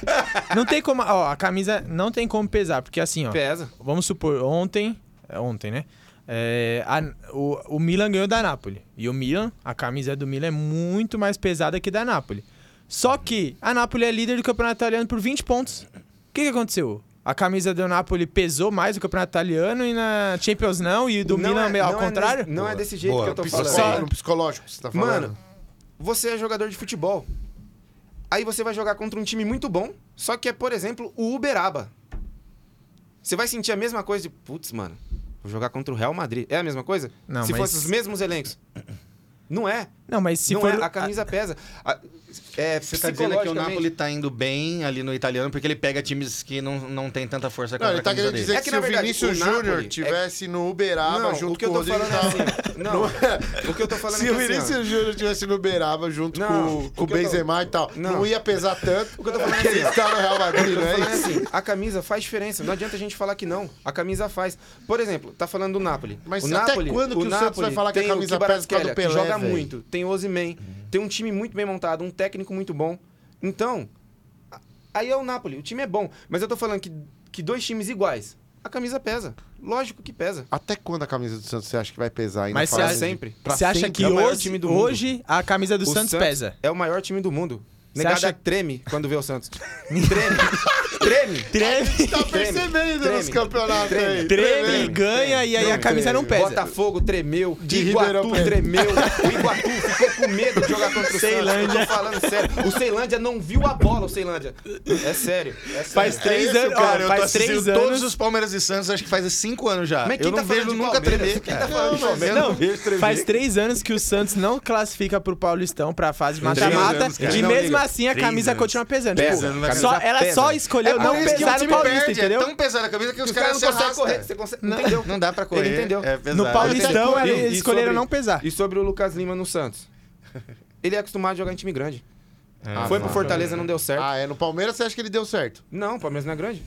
Não tem como, ó, a camisa não tem como pesar, porque assim, ó,
Pesa.
vamos supor, ontem, é ontem, né? É, a- o, o Milan ganhou da Napoli. E o Milan, a camisa do Milan é muito mais pesada que da Napoli. Só que a Napoli é líder do campeonato italiano por 20 pontos. O que, que aconteceu? A camisa do Napoli pesou mais do campeonato italiano e na Champions não, e do Milan
é-
ao
não é
contrário?
nesse- não é desse jeito
Boa,
que eu tô
precisa
falando.
Psicológico, no psicológico, você tá falando.
Mano, você é jogador de futebol. Aí você vai jogar contra um time muito bom, só que é, por exemplo, o Uberaba. Você vai sentir a mesma coisa de, putz, mano, vou jogar contra o Real Madrid. É a mesma coisa?
Não,
Se
mas-
fossem os mesmos elencos. Não é.
Não, mas se
não
for.
é. A camisa pesa. A- é
Você tá dizendo que o
psicologicamente-
Napoli tá indo bem ali no italiano porque ele pega times que não, não tem tanta força
Não,
contra
ele
a
tá
camisa
querendo dizer
dele.
que,
É que,
se
na
o
verdade,
Vinícius
o Napoli
Júnior
é-
tivesse no Uberaba
Não,
junto
o que
com
eu
o
tô
Rodrigo
falando
tava-
é assim. Não, o que eu tô falando
Se
é
o
que assim, ó.
Vinícius Júnior tivesse no Uberaba junto
Não,
com,
o
com o
que eu tô-
Benzema e tal, não.
Não.
ia pesar tanto
O que eu tô falando é
que ele
assim, ó.
está no Real Madrid,
Eu
não
tô
é
falando
isso?
assim, a camisa faz diferença. Não adianta a gente falar que não. A camisa faz. Por exemplo, tá falando do Napoli.
Mas
o
até
Napoli,
quando que o Santos
Napoli
vai falar que a
tem o
camisa
Kvaratskhelia,
pesa por causa do
que
Pelé,
joga
velho? Uhum.
muito. Tem o Ozyman. Tem um time muito bem montado. Um técnico muito bom. Então, a- aí é o Napoli. O time é bom. Mas eu tô falando que, que dois times iguais, a camisa pesa. Lógico que pesa.
Até quando a camisa do Santos você acha que vai pesar ainda?
Mas você
falando
acha-
de-
sempre.
pra
você acha
sempre?
que
É o maior
hoje,
time do mundo.
hoje a camisa do
O
Santos, pesa?
É o maior time do mundo.
Você
Negada
acha-
treme quando vê o Santos. treme. Treme.
Treme,
Tá
Treme,
percebendo nos
treme,
campeonatos aí.
treme,
treme, ganha e aí a camisa não pesa.
Botafogo tremeu,
De Ribeirão
Iguatu
Preto.
tremeu, o Iguatu ficou com medo de jogar contra o Ceilândia. Eu tô falando sério. O Ceilândia não viu a bola, o Ceilândia. É sério. É sério.
Faz três
Esse,
anos,
cara,
ó,
eu tô
faz três
assistindo
anos.
todos os Palmeiras e Santos, acho que faz cinco anos já.
Mas quem
eu não
tá falando
vejo
de
nunca
Palmeiras?
tremer,
Quem
cara.
tá falando de Palmeiras?
Não,
Não, faz três anos que o Santos não classifica pro Paulistão pra fase de mata-mata.
anos, cara.
E
Não,
mesmo
liga.
assim a
Três
camisa
anos.
continua pesando.
Pesa,
Tipo,
não vai
só,
pesar,
ela
pesa.
só escolheu não
Parece que o
pesar no
time
Paulista,
perde,
entendeu?
É tão pesada a camisa que os,
Os
caras
caras
se
não conseguem
arrastam.
correr. Você consegue...
Não,
Não entendeu?
não dá pra correr.
Ele não entendeu.
É pesado.
No Paulistão
Até quando?
eles
E
escolheram
sobre-
não pesar.
E sobre o Lucas Lima no Santos? Ele é acostumado a jogar em time grande.
É,
Foi
não.
pro Fortaleza, não deu certo.
Ah, é no Palmeiras você acha que ele deu certo?
Não, o Palmeiras não é grande.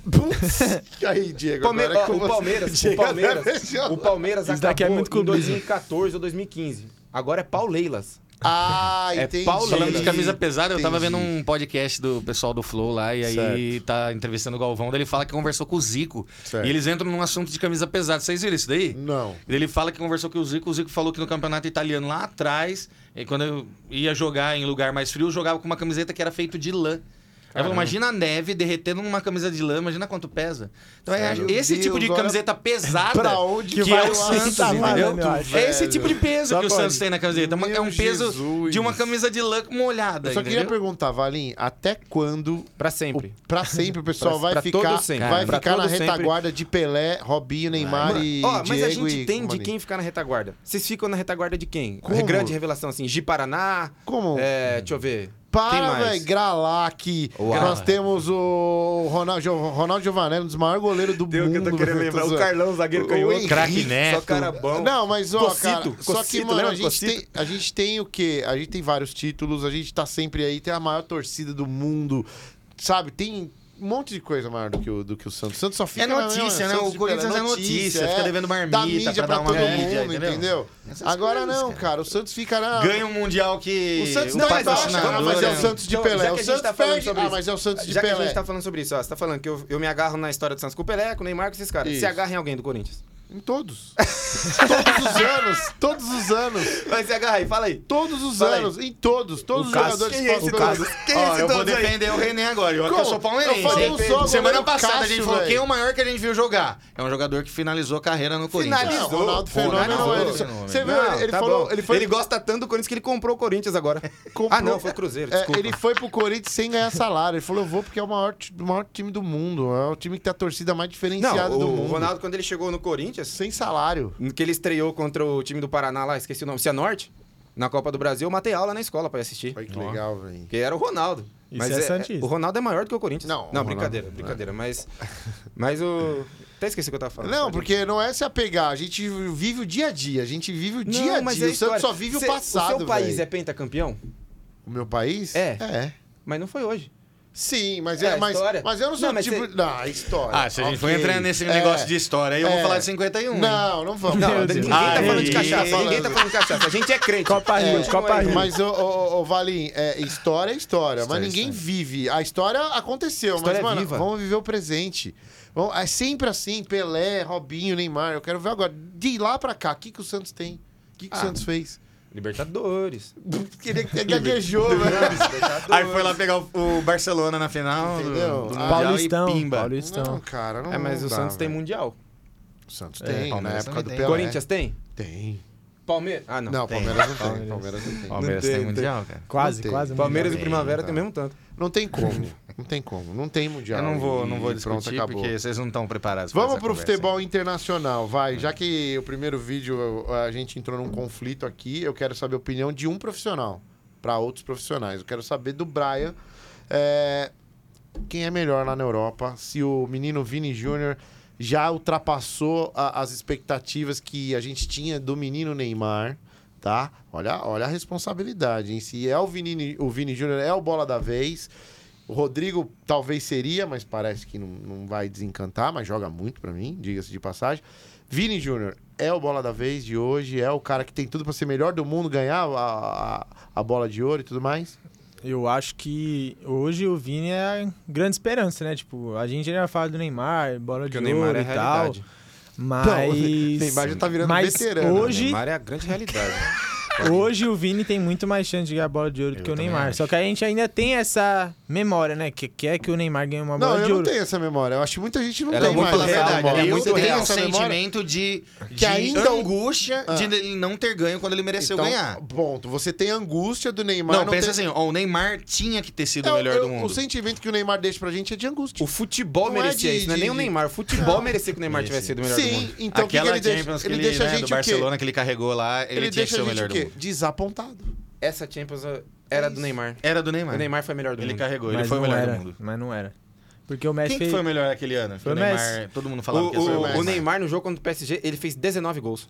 aí, Diego,
Palme-
agora é
ó,
com
o
você.
Palmeiras, o
Chega
Palmeiras,
da vez, ó.
o Palmeiras
Isso daqui é
acabou
muito
em
clubismo.
2014 ou 2015. Agora é Pauleilas.
Ah,
É
entendi.
Paulo falando de camisa pesada, eu tava vendo
Entendi.
um podcast do pessoal do Flow lá, e aí
Certo.
tá entrevistando o Galvão, daí ele fala que conversou com o Zico.
Certo. Hum.
E eles entram num assunto de camisa pesada. Vocês viram isso daí?
Não.
Ele fala que conversou com o Zico, o Zico falou que no campeonato italiano lá atrás, eh, quando eu ia jogar em lugar mais frio, eu jogava com uma camiseta que era feita de lã. Aí falou, imagina a neve derretendo numa camisa de lã, imagina quanto pesa. Então é
Sério?
esse
Meu
tipo de
Deus, olha
camiseta pesada
Pra onde
que,
que
é
vai
o
o
Santos,
assunto,
entendeu?
mano, eu acho.
É esse tipo de peso
Só
que o
pode.
Santos tem na camiseta. É uma- é um
Meu
peso
Jesus.
de uma camisa de lã molhada,
Eu só queria
entendeu?
perguntar, Valim, até quando
Pra
O-
sempre.
Pra sempre, o pessoal
Pra-
vai
pra
ficar,
todo sempre.
vai
Pra
ficar na
todo sempre.
retaguarda de Pelé, Robinho, Neymar e
Ó, mas
Diego
a gente
e
tem de
companhia.
quem ficar na retaguarda. Vocês ficam na retaguarda de quem?
Como?
Grande revelação, assim, Gi Paraná.
Como?
É, deixa eu ver. quem
Para,
mais?
velho, Gralac.
Uau.
Nós temos o Ronaldo, Gio- Ronaldo Giovanelli, um dos maiores goleiros do
um
mundo. velho, um tô zoando.
zagueiro
O Henrique,
Craque Neto.
Só cara bom.
Não, mas ó,
Cocito,
cara, só que,
Cocito,
mano,
lembra
a
do
gente, tem,
Cocito?
a gente tem o quê? A gente tem vários títulos, a gente tá sempre aí, tem a maior torcida do mundo, sabe? Tem um monte de coisa maior do que o, do que o Santos. O Santos só fica...
É notícia,
na-
né?
Santos
O
de
Corinthians
Pelé,
é notícia, fica devendo marmita
dá mídia pra,
pra dar uma
todo
mídia,
mundo,
entendeu?
entendeu?
Essas
Agora
coisas,
não, cara.
cara.
o Santos fica... Na...
Ganha um mundial que...
O
tá
Santos
o
não é baixo,
patrocinador,
cara, mas é o
né?
Santos de
Então, já
Pelé.
que a
O
gente
Santos
tá falando
perde...
sobre
Ah,
isso.
mas é o Santos de
Já que a
Pelé.
gente tá falando sobre isso, ó, você tá falando que eu, eu me agarro na história do Santos com o Pelé, com o Neymar, com esses caras.
Isso.
Se agarra em alguém do Corinthians.
Em todos. todos os anos, todos os anos.
Vai se agarra aí, fala aí.
Todos os
Fala aí.
anos, em todos, todos os jogadores
Quem é esse
paulistas-
Douglas? Quem é
Ó,
esse
eu vou
Douglas aí?
defender o René agora. Eu, que
Como?
eu sou palmeirense.
Eu falei
hein?
um só, goleiro
Semana passada a
Cássio,
gente falou
velho.
quem é o maior que a gente viu jogar. É um jogador que finalizou a carreira no Corinthians.
Não, Ronaldo Fenômeno.
Ronaldo
ele-
Fenômeno.
Você viu?
Não,
ele, ele
tá
falou,
bom.
ele foi,
gosta tanto do Corinthians que ele comprou o Corinthians agora.
Comprou-
Ah, não, foi o Cruzeiro,
é,
desculpa.
ele foi pro Corinthians sem ganhar salário. Ele falou, eu vou porque é o maior, ti- o maior time do mundo. É o time que tem a torcida mais diferenciada
Não, o
do mundo.
Ronaldo, quando ele chegou no Corinthians,
sem salário.
que ele estreou contra o time do Paraná lá, esqueci o nome, Cianorte, na Copa do Brasil, eu matei aula na escola pra ir assistir.
Olha que legal, velho.
Porque era o Ronaldo.
Isso é santista.
o Ronaldo é maior do que o Corinthians.
Não, é. o
Não,
Ronaldo-
brincadeira, brincadeira. Mas, mas o... Até esqueci o que eu tava falando.
Não,
Pode-
porque não é se apegar. A gente vive o dia a dia. A gente vive o
Não,
dia a
mas
dia.
é
o Santos
história.
só vive
Cê-
o passado,
O seu país
velho.
é pentacampeão?
O meu país?
É.
É.
Mas não foi hoje.
Sim, mas,
É,
é,
a
mas,
história.
mas eu não sou
Não, mas
tipo...
cê-
Não, a história.
Ah, se a gente for
Ok.
entrar nesse
É.
negócio de história aí, eu
É.
vou falar de 51. hein?
Não, não vamos.
Não,
Meu Deus.
ninguém tá
Aí.
falando de cachaça.
Tá
Ninguém tá
falando.
falando de cachaça. A gente é crente.
Copa Rio,
É,
Copa Rio.
Mas, ô, ô, ô, Valim, é, história é história, mas
História é
ninguém
história.
vive. A história aconteceu,
História é
mas, mano,
viva.
vamos viver o presente. Vamos- É sempre assim, Pelé, Robinho, Neymar. Eu quero ver agora. De lá pra cá, o que, que o Santos tem? O
Ah.
que, que o Santos fez?
Libertadores.
Queria que gaguejou, velho.
Aí foi lá pegar o o Barcelona na final. do-
Tá Entendeu? Ah,
do Mundial
Paulistão.
E pimba.
Não,
Paulistão.
cara, não
É, mas o
dá,
Santos tem
Ah, velho.
mundial.
O Santos
É,
tem, na
Palmeiras
época do
também
Pelé.
tem.
Corinthians tem?
Tem.
Palmeiras. Ah, não.
Não, o
Tem.
Palmeiras não tem. Palmeiras não tem.
Palmeiras
Não
tem,
tem, tem.
mundial, cara.
Quase,
tem.
quase.
Palmeiras e
Tem,
Primavera
tá.
tem o mesmo tanto.
Não tem como. Não tem como. Não tem mundial.
Eu não vou, não vou
E
discutir
pronto, acabou.
porque vocês não estão preparados. pra
Vamos
essa
pro
conversa aí. É.
futebol internacional, vai. Já que o primeiro vídeo a gente entrou num conflito aqui, eu quero saber a opinião de um profissional para outros profissionais. Eu quero saber do Brian é, quem é melhor lá na Europa, se o menino Vini Júnior já ultrapassou a- as expectativas que a gente tinha do menino Neymar, tá? Olha, olha a responsabilidade, hein? Se é o Vini, o Vini Júnior é o bola da vez. O Rodrigo talvez seria, mas parece que não, não vai desencantar, mas joga muito pra mim, diga-se de passagem. Vini Júnior é o bola da vez de hoje, é o cara que tem tudo pra ser melhor do mundo, ganhar a, a, a bola de ouro e tudo mais.
Eu acho que hoje o Vini é a grande esperança, né? Tipo, a gente já fala do Neymar, bola de
Porque o
ouro
Neymar é
e
a
tal.
realidade.
Mas.
Não, o Neymar já tá virando
mas
veterano, né?
Hoje,
O Neymar é a grande realidade.
Hoje o Vini tem muito mais chance de ganhar bola de ouro do que o
também
Neymar.
acho.
Só que a gente ainda tem essa memória, né? Que quer é que o Neymar ganhe uma
não,
bola
eu
de
não
ouro.
tenho essa memória. Eu acho que muita gente não
Ela é
tem mais
muito
Fala a
real,
essa
verdade,
memória.
mano.
eu
Você tem
tenho um
essa memória?
sentimento de, de
ainda- Ah.
angústia de ele não ter ganho quando ele mereceu
Então,
ganhar.
Ponto. Você tem angústia do Neymar.
Não, pensa
tem-
assim, ó, o Neymar tinha que ter sido
É,
o melhor
eu-
do mundo.
O sentimento que o Neymar deixa pra gente é de angústia.
O futebol
Não é
merecia
de-
isso, não é
de-
nem o
de-
Neymar. O futebol merecia que o Neymar
Merecia.
tivesse sido o melhor do
Sim,
mundo.
então o que, que
Aquela
ele deixa?
Champions que
ele,
ele,
deixa
né,
a gente
do
o quê?
Barcelona que ele carregou lá, ele,
Ele,
tinha que
deixa
ser
a
o
gente
melhor
o
do
quê?
mundo.
Desapontado.
Essa Champions uh, era do Neymar.
Era do Neymar.
O Neymar foi o melhor do
ele
mundo.
carregou,
Mas
ele foi o
não
melhor
era,
do mundo.
Mas não era. Porque o Messi
Quem que
fez...
foi o melhor naquele ano?
Foi
o
o
Neymar,
Messi.
todo mundo falava que
O,
ia ser
o-
o, Messi.
o Neymar, no jogo contra o PSG, ele fez 19 gols.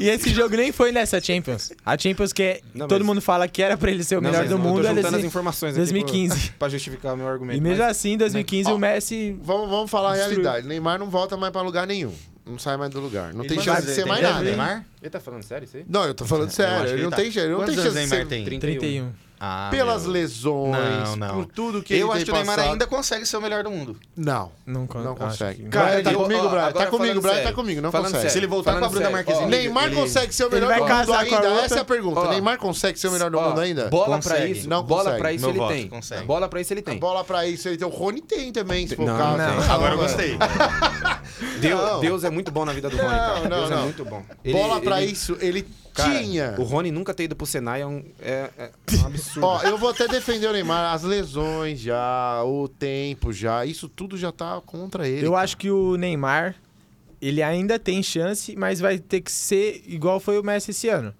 E esse é jogo nem foi nessa Champions. A Champions que é-
Não,
todo
mas-
mundo fala que era pra ele ser o
Não,
melhor
mas
do
eu
mundo. é
Tô
ele
juntando as
se-
informações
2015.
aqui pro- pra justificar o meu argumento.
E mesmo
mas-
assim, em 2015,
Ó,
o Messi...
Vamos, vamos falar a
Destruiu.
realidade. Neymar não volta mais pra lugar nenhum. Não sai mais do lugar. Não
Ele
tem
vai
chance
fazer,
de ser
tem
mais
tempo,
nada.
Neymar?
Ele tá falando sério isso aí?
Não, eu tô falando
acho
sério.
que
Ele
ele
não
tá.
tem, jeito, ele não
Quantos
tem
anos
chance de
Neymar
ser...
tem?
31.
Ah,
Pelas
meu.
lesões,
Não, não.
por tudo que ele
Eu
tem
acho que o Neymar
passado.
ainda consegue ser o melhor do mundo.
Não,
Não, con-
não
acho
consegue.
que-
Cara,
Vai,
tá
eu-
comigo,
ó,
Brian. Tá
agora
comigo,
falando
Brian. Tá
sério.
comigo, não
Falando
consegue.
sério.
Se ele voltar
Falando
com a Bruna
sério.
Marquezine...
Ó,
Neymar
ele-
consegue ser o
ele
melhor
vai
do mundo
casar com a
ainda?
outra.
Essa é a pergunta.
Ó,
Neymar consegue ser o melhor do
Ó,
mundo tá ainda?
Bola pra
Consegue.
isso,
Não
bola
consegue.
pra isso
Meu
ele
voto,
tem.
consegue.
Bola pra isso ele tem.
Bola pra isso. Ele tem o Rony tem também, se for
Não,
o caso.
não.
Agora
mano.
eu gostei.
Não.
Deus, Deus é muito bom na vida do Rony,
Não,
cara.
não,
Deus é
não.
muito bom.
Bola
Ele-
pra
ele-
isso, ele
cara,
tinha.
O Rony nunca ter ido pro Senai é um, é- é um absurdo.
Ó, eu vou até defender o Neymar. As lesões já, o tempo já, isso tudo já tá contra ele.
Eu acho que o Neymar, ele ainda tem chance, mas vai ter que ser igual foi o Messi esse ano.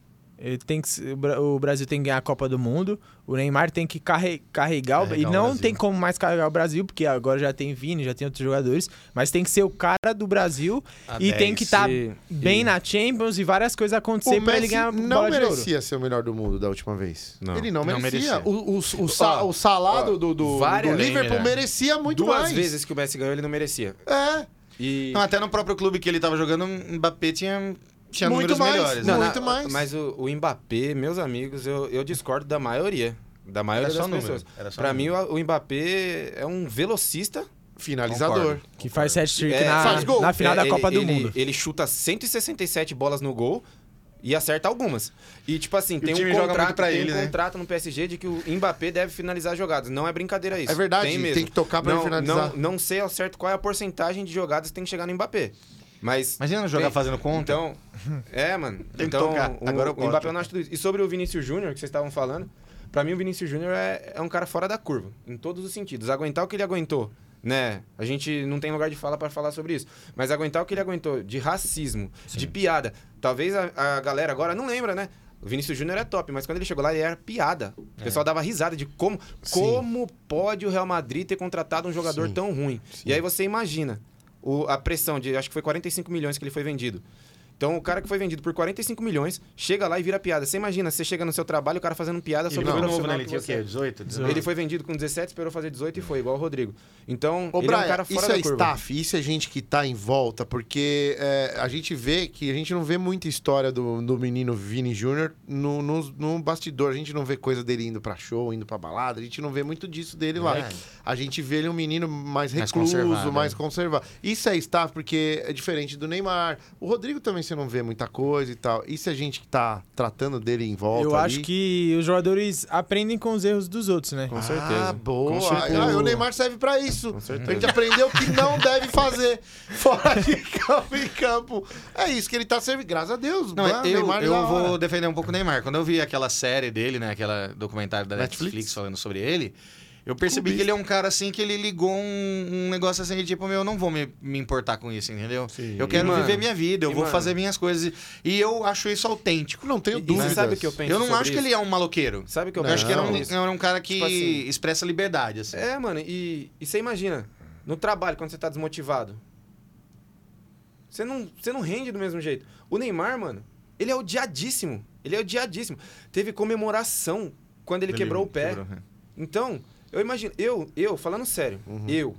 Ele tem que, ser- o Bra- o Brasil tem que ganhar a Copa do Mundo, o Neymar tem que carre- carregar, o, e
Carregar o
não
Brasil.
tem como mais carregar o Brasil, porque agora já tem Vini, já tem outros jogadores, mas tem que ser o cara do Brasil
A
e tem
10.
que estar
E-
bem na Champions e várias coisas
o
acontecer pra ele
Messi
ganhar a
não
bola de ouro.
merecia ser o melhor do mundo da última vez.
Não.
Ele não
Não
merecia.
merecia.
O, o, o, sa-
Ó,
o salário
ó,
do, do,
várias-
do Liverpool
Bem, né?
merecia muito
Duas
mais.
vezes que o Messi ganhou, ele não merecia.
É.
E...
Não, até no próprio clube que ele tava jogando, o Mbappé tinha, tinha
Muito
números
mais.
melhores.
Não,
né?
muito mais.
Mas o, o Mbappé, meus amigos, eu, eu discordo da maioria. Da maioria
Era só
das
número,
pessoas.
era só
Pra mim,
número.
o, o Mbappé é um velocista.
Finalizador.
Concordo.
Que faz hat-trick
É,
na,
faz gol.
na final
É,
da
ele-
Copa do
ele-
Mundo.
Ele chuta 167 bolas no gol e acerta algumas. E, tipo assim, tem
time
um,
joga
contrato,
muito pra
tem
ele,
um
né?
contrato no PSG de que o Mbappé deve finalizar jogadas. Não é brincadeira isso.
É verdade,
tem,
tem
mesmo.
que tocar pra
não,
ele finalizar.
Não, não sei ao certo qual é a porcentagem de jogadas que tem que chegar no Mbappé. Mas
Imagina jogar
Tem-
fazendo conta.
Então, é, mano.
Tem que
então,
tocar.
O,
Agora eu
o Mbappé
corto.
não acha tudo isso. E sobre o Vinícius Júnior, que vocês estavam falando, pra mim o Vinícius Júnior é, é um cara fora da curva, em todos os sentidos. Aguentar o que ele aguentou, né? A gente não tem lugar de fala pra falar sobre isso. Mas aguentar o que ele aguentou de racismo, de piada. Talvez a, a galera agora não lembra, né? O Vinícius Júnior é top, mas quando ele chegou lá, ele era piada.
É.
O pessoal dava risada de como, como pode o Real Madrid ter contratado um jogador
Sim.
tão ruim. E aí você imagina o- a pressão de, acho que foi 45 milhões que ele foi vendido. Então, o cara que foi vendido por 45 milhões chega lá e vira piada. Você imagina, você chega no seu trabalho e o cara fazendo piada
Ele
sobre o
foi novo, né?
profissional
Ele
que
tinha o
você
quê?
é.
18?
Ele foi vendido com 17, esperou fazer 18 e foi, igual o Rodrigo. Então,
Ô,
ele
Brian,
é um cara fora
isso
da
é
curva.
staff, isso é gente que tá em volta, porque é, a gente vê que a gente não vê muita história do, do menino Vini Júnior no, no, no bastidor. A gente não vê coisa dele indo pra show, indo pra balada, a gente não vê muito disso dele lá.
É.
Verdade.
A gente vê ele um menino mais
Mais
recluso, mais,
conservado,
conservado. Isso é staff, porque é diferente do Neymar. O Rodrigo também você não vê muita coisa e tal. Isso é gente que tá tratando dele em volta.
Eu acho
ali?
que os jogadores aprendem com os erros dos outros, né?
Com certeza.
Ah, boa.
Com certeza.
Ah, o Neymar serve pra isso.
Com
A gente
certeza.
aprendeu que não deve fazer fora de campo em campo. É isso que ele tá servindo. Graças a Deus.
Não,
mano,
eu,
Neymar é da
eu
hora.
vou defender um pouco o Neymar. Quando eu vi aquela série dele, né? Aquela documentário da Netflix,
Netflix
falando sobre ele, eu percebi que ele é um cara assim que ele ligou um, um negócio assim, de tipo, meu, eu não vou me, me importar com isso, entendeu? Eu quero
E, mano,
viver minha vida, eu
e,
vou
mano,
fazer minhas coisas. E eu acho isso autêntico.
Não tenho
E você
dúvidas.
sabe o que eu penso
eu não
sobre
acho que
isso?
ele é um maloqueiro.
Sabe o que eu
Eu
penso?
acho que ele é
Não.
um, era um cara que
Tipo assim,
expressa liberdade, assim.
É, mano, e, e você imagina, no trabalho, quando você tá desmotivado, você não, você não rende do mesmo jeito. O Neymar, mano, ele é odiadíssimo. Ele é odiadíssimo. Teve comemoração quando ele, quebrou o pé.
quebrou, é.
Então, eu imagino, eu, eu, falando sério,
Uhum.
eu,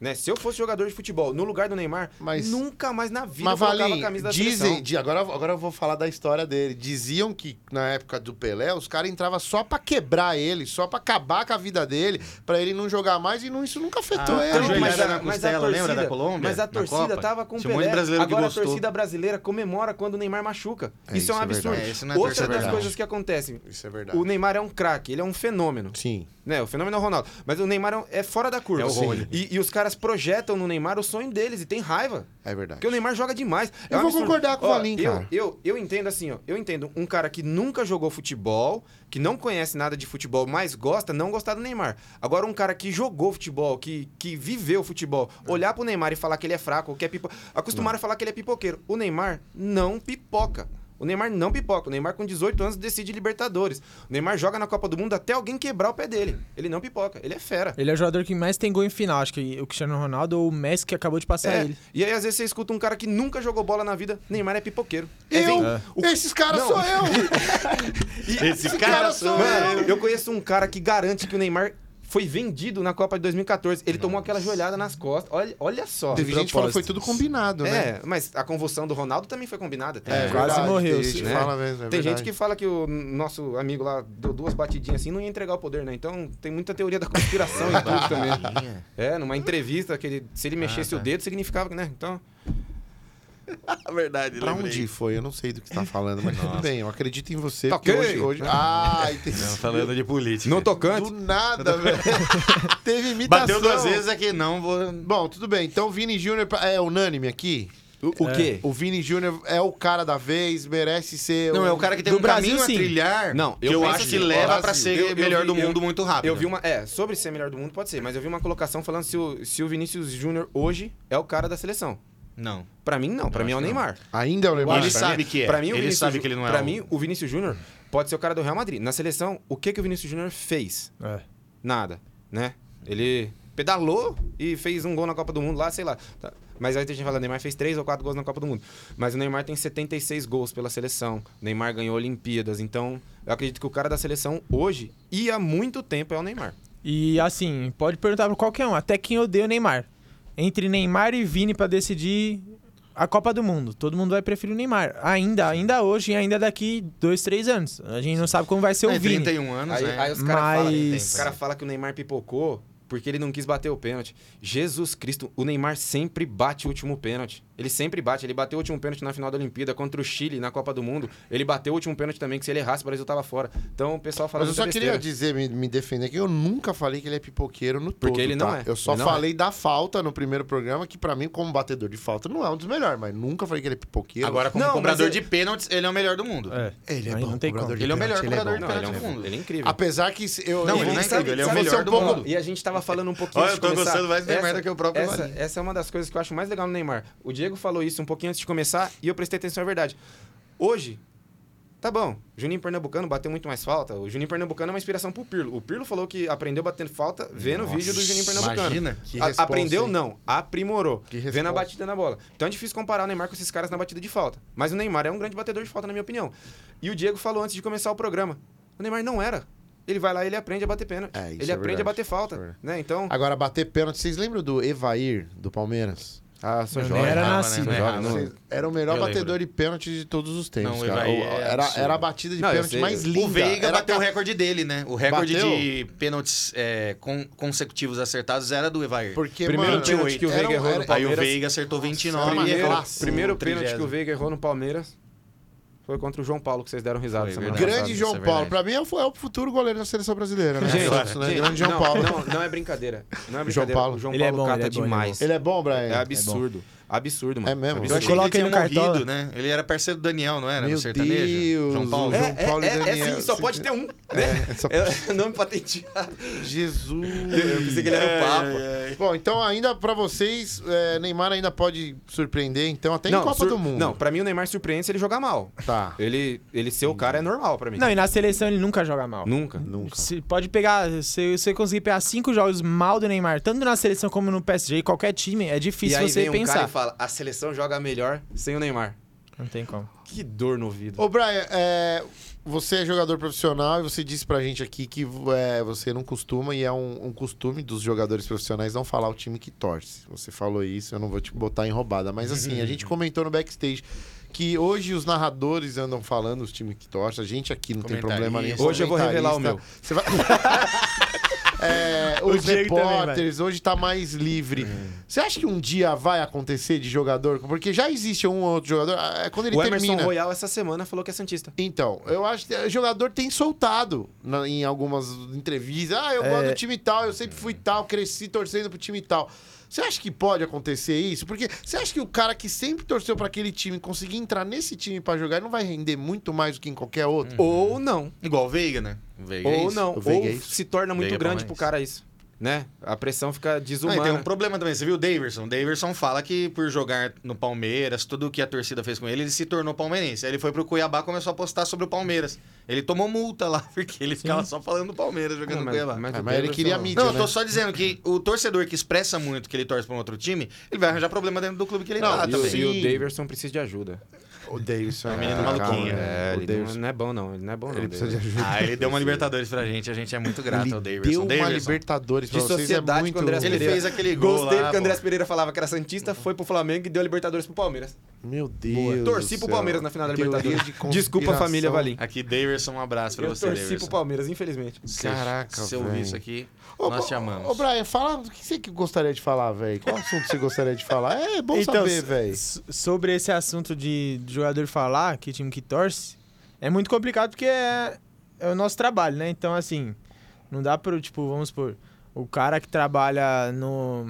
né, se eu fosse jogador de futebol no lugar do Neymar,
Mas-
nunca mais na vida
Mas
eu colocava
Valim,
a camisa da
dizem,
seleção.
di- agora, agora eu vou falar da história dele. Diziam que na época do Pelé, os caras entravam só pra quebrar ele, só pra acabar com a vida dele, pra ele não jogar mais e não, isso nunca afetou
Ah,
ele. é
ajoelhada
mas a-
na
mas a
costela,
torcida-
lembra da Colômbia?
Mas a
Na
torcida
Copa?
tava com o
Tinha um monte
Pelé.
de brasileiro que
Agora
gostou.
a torcida brasileira comemora quando o Neymar machuca.
É,
isso é um
isso é
absurdo.
verdade.
É, isso não é
Outra
torcida, é
das
verdade.
coisas que acontecem.
Isso é verdade.
O Neymar é um craque, ele é um fenômeno.
Sim.
Né? O fenômeno é o Ronaldo. Mas o Neymar é um- é fora da curva.
É o Rony.
e, e os caras projetam no Neymar o sonho deles e tem raiva.
É verdade.
Porque o Neymar joga demais.
Eu
um
vou
absurdo.
concordar com o
Ó,
Valim,
eu-
cara.
Eu, eu entendo assim, ó. Eu entendo um cara que nunca jogou futebol, que não conhece nada de futebol, mas gosta, não gostar do Neymar. Agora, um cara que jogou futebol, que, que viveu futebol, olhar pro Neymar e falar que ele é fraco, ou que é pipo... Acostumaram a falar que ele é pipoqueiro. O Neymar não pipoca. O Neymar não pipoca. O Neymar, com 18 anos, decide Libertadores. O Neymar joga na Copa do Mundo até alguém quebrar o pé dele. Ele não pipoca. Ele é fera.
Ele é o jogador que mais tem gol em final, acho que o Cristiano Ronaldo ou o Messi que acabou de passar
É,
ele.
E aí, às vezes, você escuta um cara que nunca jogou bola na vida, Neymar é pipoqueiro. É,
Eu?
vem- o-
Esses caras
Não.
sou eu! Esse cara sou
Mano, eu conheço um cara que um garante que o Neymar foi vendido na Copa de 2014. Ele tomou aquela joelhada nas costas. Olha, olha só.
Teve gente que falou que foi tudo combinado, né?
É, mas a convulsão do Ronaldo também foi combinada. Tem,
É,
gente-
quase
verdade,
morreu,
Tem gente
sim.
que
né?
fala mesmo, é
tem gente
verdade.
que fala que o nosso amigo lá deu duas batidinhas assim e não ia entregar o poder, né? Então tem muita teoria da conspiração e tudo também.
Tinha.
É, numa entrevista que ele, se ele mexesse
tá.
o dedo, significava que, né? Então.
A verdade,
Pra
lembrei.
onde foi? Eu não sei do que você tá falando, mas tudo bem, eu acredito em você.
Tá
porque
ok.
hoje, hoje... Ah, entendi.
Não, tá um falando de política.
No tocante.
Do nada, velho. Teve imitação.
Bateu duas vezes aqui, não vou...
Bom, tudo bem. Então, Vini Júnior pra- é unânime aqui? É.
O, o quê?
O Vini Júnior é o cara da vez, merece ser...
Não,
o-
é o cara que tem
Do
um
Brasil,
caminho
sim.
a trilhar
Não,
que
eu
eu,
penso
acho que
assim,
leva
Brasil.
pra ser
Eu- eu
melhor
vi-
do
eu-
mundo muito rápido.
Eu vi uma. É, sobre ser melhor do mundo pode ser, mas eu vi uma colocação falando se o, se o Vinícius Júnior hoje é o cara da seleção.
Não.
Pra mim, não. Pra mim é o Neymar.
Ainda é o Neymar?
Ele
pra
sabe
mim-
que é.
pra mim, o
Ele
Vinícius
sabe
Ju-
que ele não é
Pra
o-
mim, o Vinícius Júnior pode ser o cara do Real Madrid. Na seleção, o que, que o Vinícius Júnior fez?
É.
Nada, né? Ele pedalou e fez um gol na Copa do Mundo lá, sei lá. Tá. Mas aí tem gente que fala, Neymar fez três ou quatro gols na Copa do Mundo. Mas o Neymar tem 76 gols pela seleção. O Neymar ganhou Olimpíadas. Então, eu acredito que o cara da seleção hoje e há muito tempo é o Neymar.
E assim, pode perguntar pra qualquer um, até quem odeia o Neymar. Entre Neymar e Vini pra decidir a Copa do Mundo. Todo mundo vai preferir o Neymar. Ainda, ainda hoje e ainda daqui dois, três anos. A gente não sabe como vai ser o
Tem
Vini.
31 anos,
Aí,
né?
aí os caras
Mas-
falam cara fala que o Neymar pipocou porque ele não quis bater o pênalti. Jesus Cristo, o Neymar sempre bate o último pênalti. Ele sempre bate. Ele bateu o último pênalti na final da Olimpíada contra o Chile na Copa do Mundo. Ele bateu o último pênalti também, que se ele errasse, o Brasil tava fora. Então o pessoal fala
Mas eu só
muita
queria
besteira.
dizer, me, me defender, que eu nunca falei que ele é pipoqueiro no todo,
Porque ele não
tá?
é.
Eu só
Ele não
falei da falta no primeiro programa, que pra mim, como batedor de falta, não é um dos melhores, mas nunca falei que ele é pipoqueiro.
Agora, como
Não, mas
cobrador
eu-
de pênaltis, ele é o melhor do mundo.
É.
ele é
Aí
bom,
não tem como.
cobrador de
Ele é o melhor
pênalti,
cobrador
ele
de
é
Não, ele é,
pênalti do
um,
mundo.
ele é
bom.
incrível.
Apesar que se- eu,
Não,
eu
ele não é
sabe-
incrível, ele é o
sabe
melhor
ser
do
um pouco-
mundo.
E a gente tava falando um pouquinho
Olha,
antes
eu tô
de começar.
gostando mais do Neymar
Essa-
do que o próprio
essa,
Varinho.
essa é uma das coisas que eu acho mais legal no Neymar. O Diego falou isso um pouquinho antes de começar e eu prestei atenção à verdade. Hoje, tá bom, Juninho Pernambucano bateu muito mais falta. O Juninho Pernambucano é uma inspiração pro Pirlo. O Pirlo falou que aprendeu batendo falta vendo o vídeo do Juninho Pernambucano.
imagina,
que
A-
resposta,
aprendeu
hein?
não, aprimorou.
Que
vendo
resposta.
a batida na bola. Então é difícil comparar o Neymar com esses caras na batida de falta. Mas o Neymar é um grande batedor de falta, na minha opinião. E o Diego falou antes de começar o programa. O Neymar não era. Ele vai lá e ele aprende a bater pênalti.
É, isso
ele
é
aprende
verdade.
a bater falta,
Isso é verdade.
né? Então,
Agora, bater pênalti, vocês lembram do Evair, do Palmeiras? Ah, sou
Eu
jovem.
nem era
Ah,
Errava,
nascido.
né? Não errava.
vocês- Era o melhor
Eu
batedor
lembro.
de pênalti de todos os tempos,
Não, o
cara.
Evair
O-
é
era,
absurdo.
era a batida de
Não, eu
pênalti
sei.
mais
O
linda.
O Veiga
Era
bateu o
ca-
recorde dele, né? O recorde
Bateu?
de pênaltis é, con- consecutivos acertados era do Evair.
Porque,
Primeiro
mano,
pênalti que o
era
Veiga
um-
errou no
era-
Aí o
Palmeiras-
Veiga acertou 29
era
e
primeiro,
errou.
classe,
primeiro
o
pênalti que o
30º.
Veiga errou no Palmeiras foi contra o João Paulo, que vocês deram risada
Foi,
semana
verdade.
Grande
Isso
João
é
Paulo.
verdade.
Pra mim é o fu- é o futuro goleiro da seleção brasileira, né?
Gente,
Isso, né?
gente,
Grande João
não,
Paulo.
Não, não é brincadeira. Não é brincadeira.
Paulo.
O João
Ele é
Paulo
bom,
cata
ele é bom, ele é
demais.
Ele é bom, Brian?
É absurdo. Absurdo, mano.
É mesmo?
Absurdo.
Eu achei
Coloca
que ele
ele
tinha
no cartola.
morrido, né? Ele era parceiro do Daniel, não era?
Meu
no sertanejo?
Deus,
João Paulo.
É,
o João Paulo e Daniel. assim,
um.
É, só- É,
É nome patenteado.
Jesus.
ele era o Papa.
Bom, então ainda pra vocês, é, Neymar ainda pode surpreender, então até em Copa
sur-
do Mundo.
Não, pra mim o Neymar surpreende se ele jogar mal.
Tá.
Ele, ele ser o cara é normal pra mim.
Não, e na seleção ele nunca joga mal.
Nunca.
Se pode pegar, se você conseguir pegar cinco jogos mal do Neymar, tanto na seleção como no PSG, qualquer time, é
E
difícil
aí vem
você
um cara
pensar.
e fala, a seleção joga melhor sem o Neymar.
Não tem como.
Que dor no ouvido.
Ô, Brian, é, você é jogador profissional e você disse pra gente aqui que é, você não costuma, e é um, um costume dos jogadores profissionais não falar o time que torce. Você falou isso, eu não vou te botar em roubada. Mas assim, a gente comentou no backstage que hoje os narradores andam falando os times que torcem. A gente aqui não tem problema nenhum.
Comentarista.
Hoje eu vou revelar o meu.
Você vai- É,
O
os
Diego também
repórteres, hoje tá mais livre.
É.
Você acha que um dia vai acontecer de jogador? Porque já existe um ou outro jogador. é, Quando ele
o Emerson
termina.
Royal essa semana falou que é Santista.
Então, eu acho que o jogador tem soltado na- em algumas entrevistas. Ah, eu gosto do time tal, eu sempre fui tal, cresci torcendo pro time tal. Você acha que pode acontecer isso? Porque você acha que o cara que sempre torceu pra aquele time conseguir entrar nesse time pra jogar ele não vai render muito mais do que em qualquer outro?
Ou não.
Igual o Veiga, né? O Veiga é
Ou
isso.
não.
Uhum. O Veiga é
Ou
isso.
se torna muito
Veiga é
grande pro
palmeirense.
cara isso. né? A pressão fica
Ah, e
desumana.
tem um problema também. Você viu o Daverson? O Daverson fala que por jogar no Palmeiras, tudo que a torcida fez com ele, ele se tornou palmeirense. Aí ele foi pro Cuiabá e começou a postar sobre o Palmeiras. Ele tomou multa lá, porque ele ficava só falando do Palmeiras jogando
Não,
no Cuiabá.
É,
o
mas ele
Daverson-
queria mídia,
Não, eu tô
né?
só dizendo que o torcedor que expressa muito que ele torce pra um outro time, ele vai arranjar problema dentro do clube que ele
Não,
tá
E
também.
o, e
Sim.
o Daverson precisa de ajuda.
Odeio isso. É,
menino
calma,
maluquinho.
né?
um É, ele
Odeio
não,
isso.
não é bom, não. Ele não é bom, não.
Ele precisa de
Daverson.
ajuda.
Ah, ele deu uma Libertadores pra gente, a gente é muito grato ao
Ele
Daverson.
deu uma
Daverson,
Libertadores pra
De
vocês, é
sociedade
muito...
com o Andrés
Ele
Pereira.
fez aquele gol
Gostei
lá,
que o Andrés
pô.
Pereira falava que era Santista, foi pro Flamengo e deu a Libertadores pro Palmeiras.
Meu Deus do
Torci pro
céu.
Palmeiras na final da
Teoria
Libertadores.
de
Desculpa,
conspiração.
família Valim.
Aqui, Daverson, um abraço pra
Eu
você,
torci pro
Daverson.
Palmeiras, infelizmente.
Se-
Caraca,
Se eu ouvir
velho.
isso aqui,
Ô,
nós
Bra-
te amamos.
Ô, Brian, fala o que você que gostaria de falar, velho. Qual assunto você gostaria de falar? É bom
Então,
saber,
so-
velho.
so- Sobre esse assunto de de jogador falar que time que torce, é muito complicado porque é, é o nosso trabalho, né? Então, assim, não dá pro, tipo, vamos supor, o cara que trabalha no.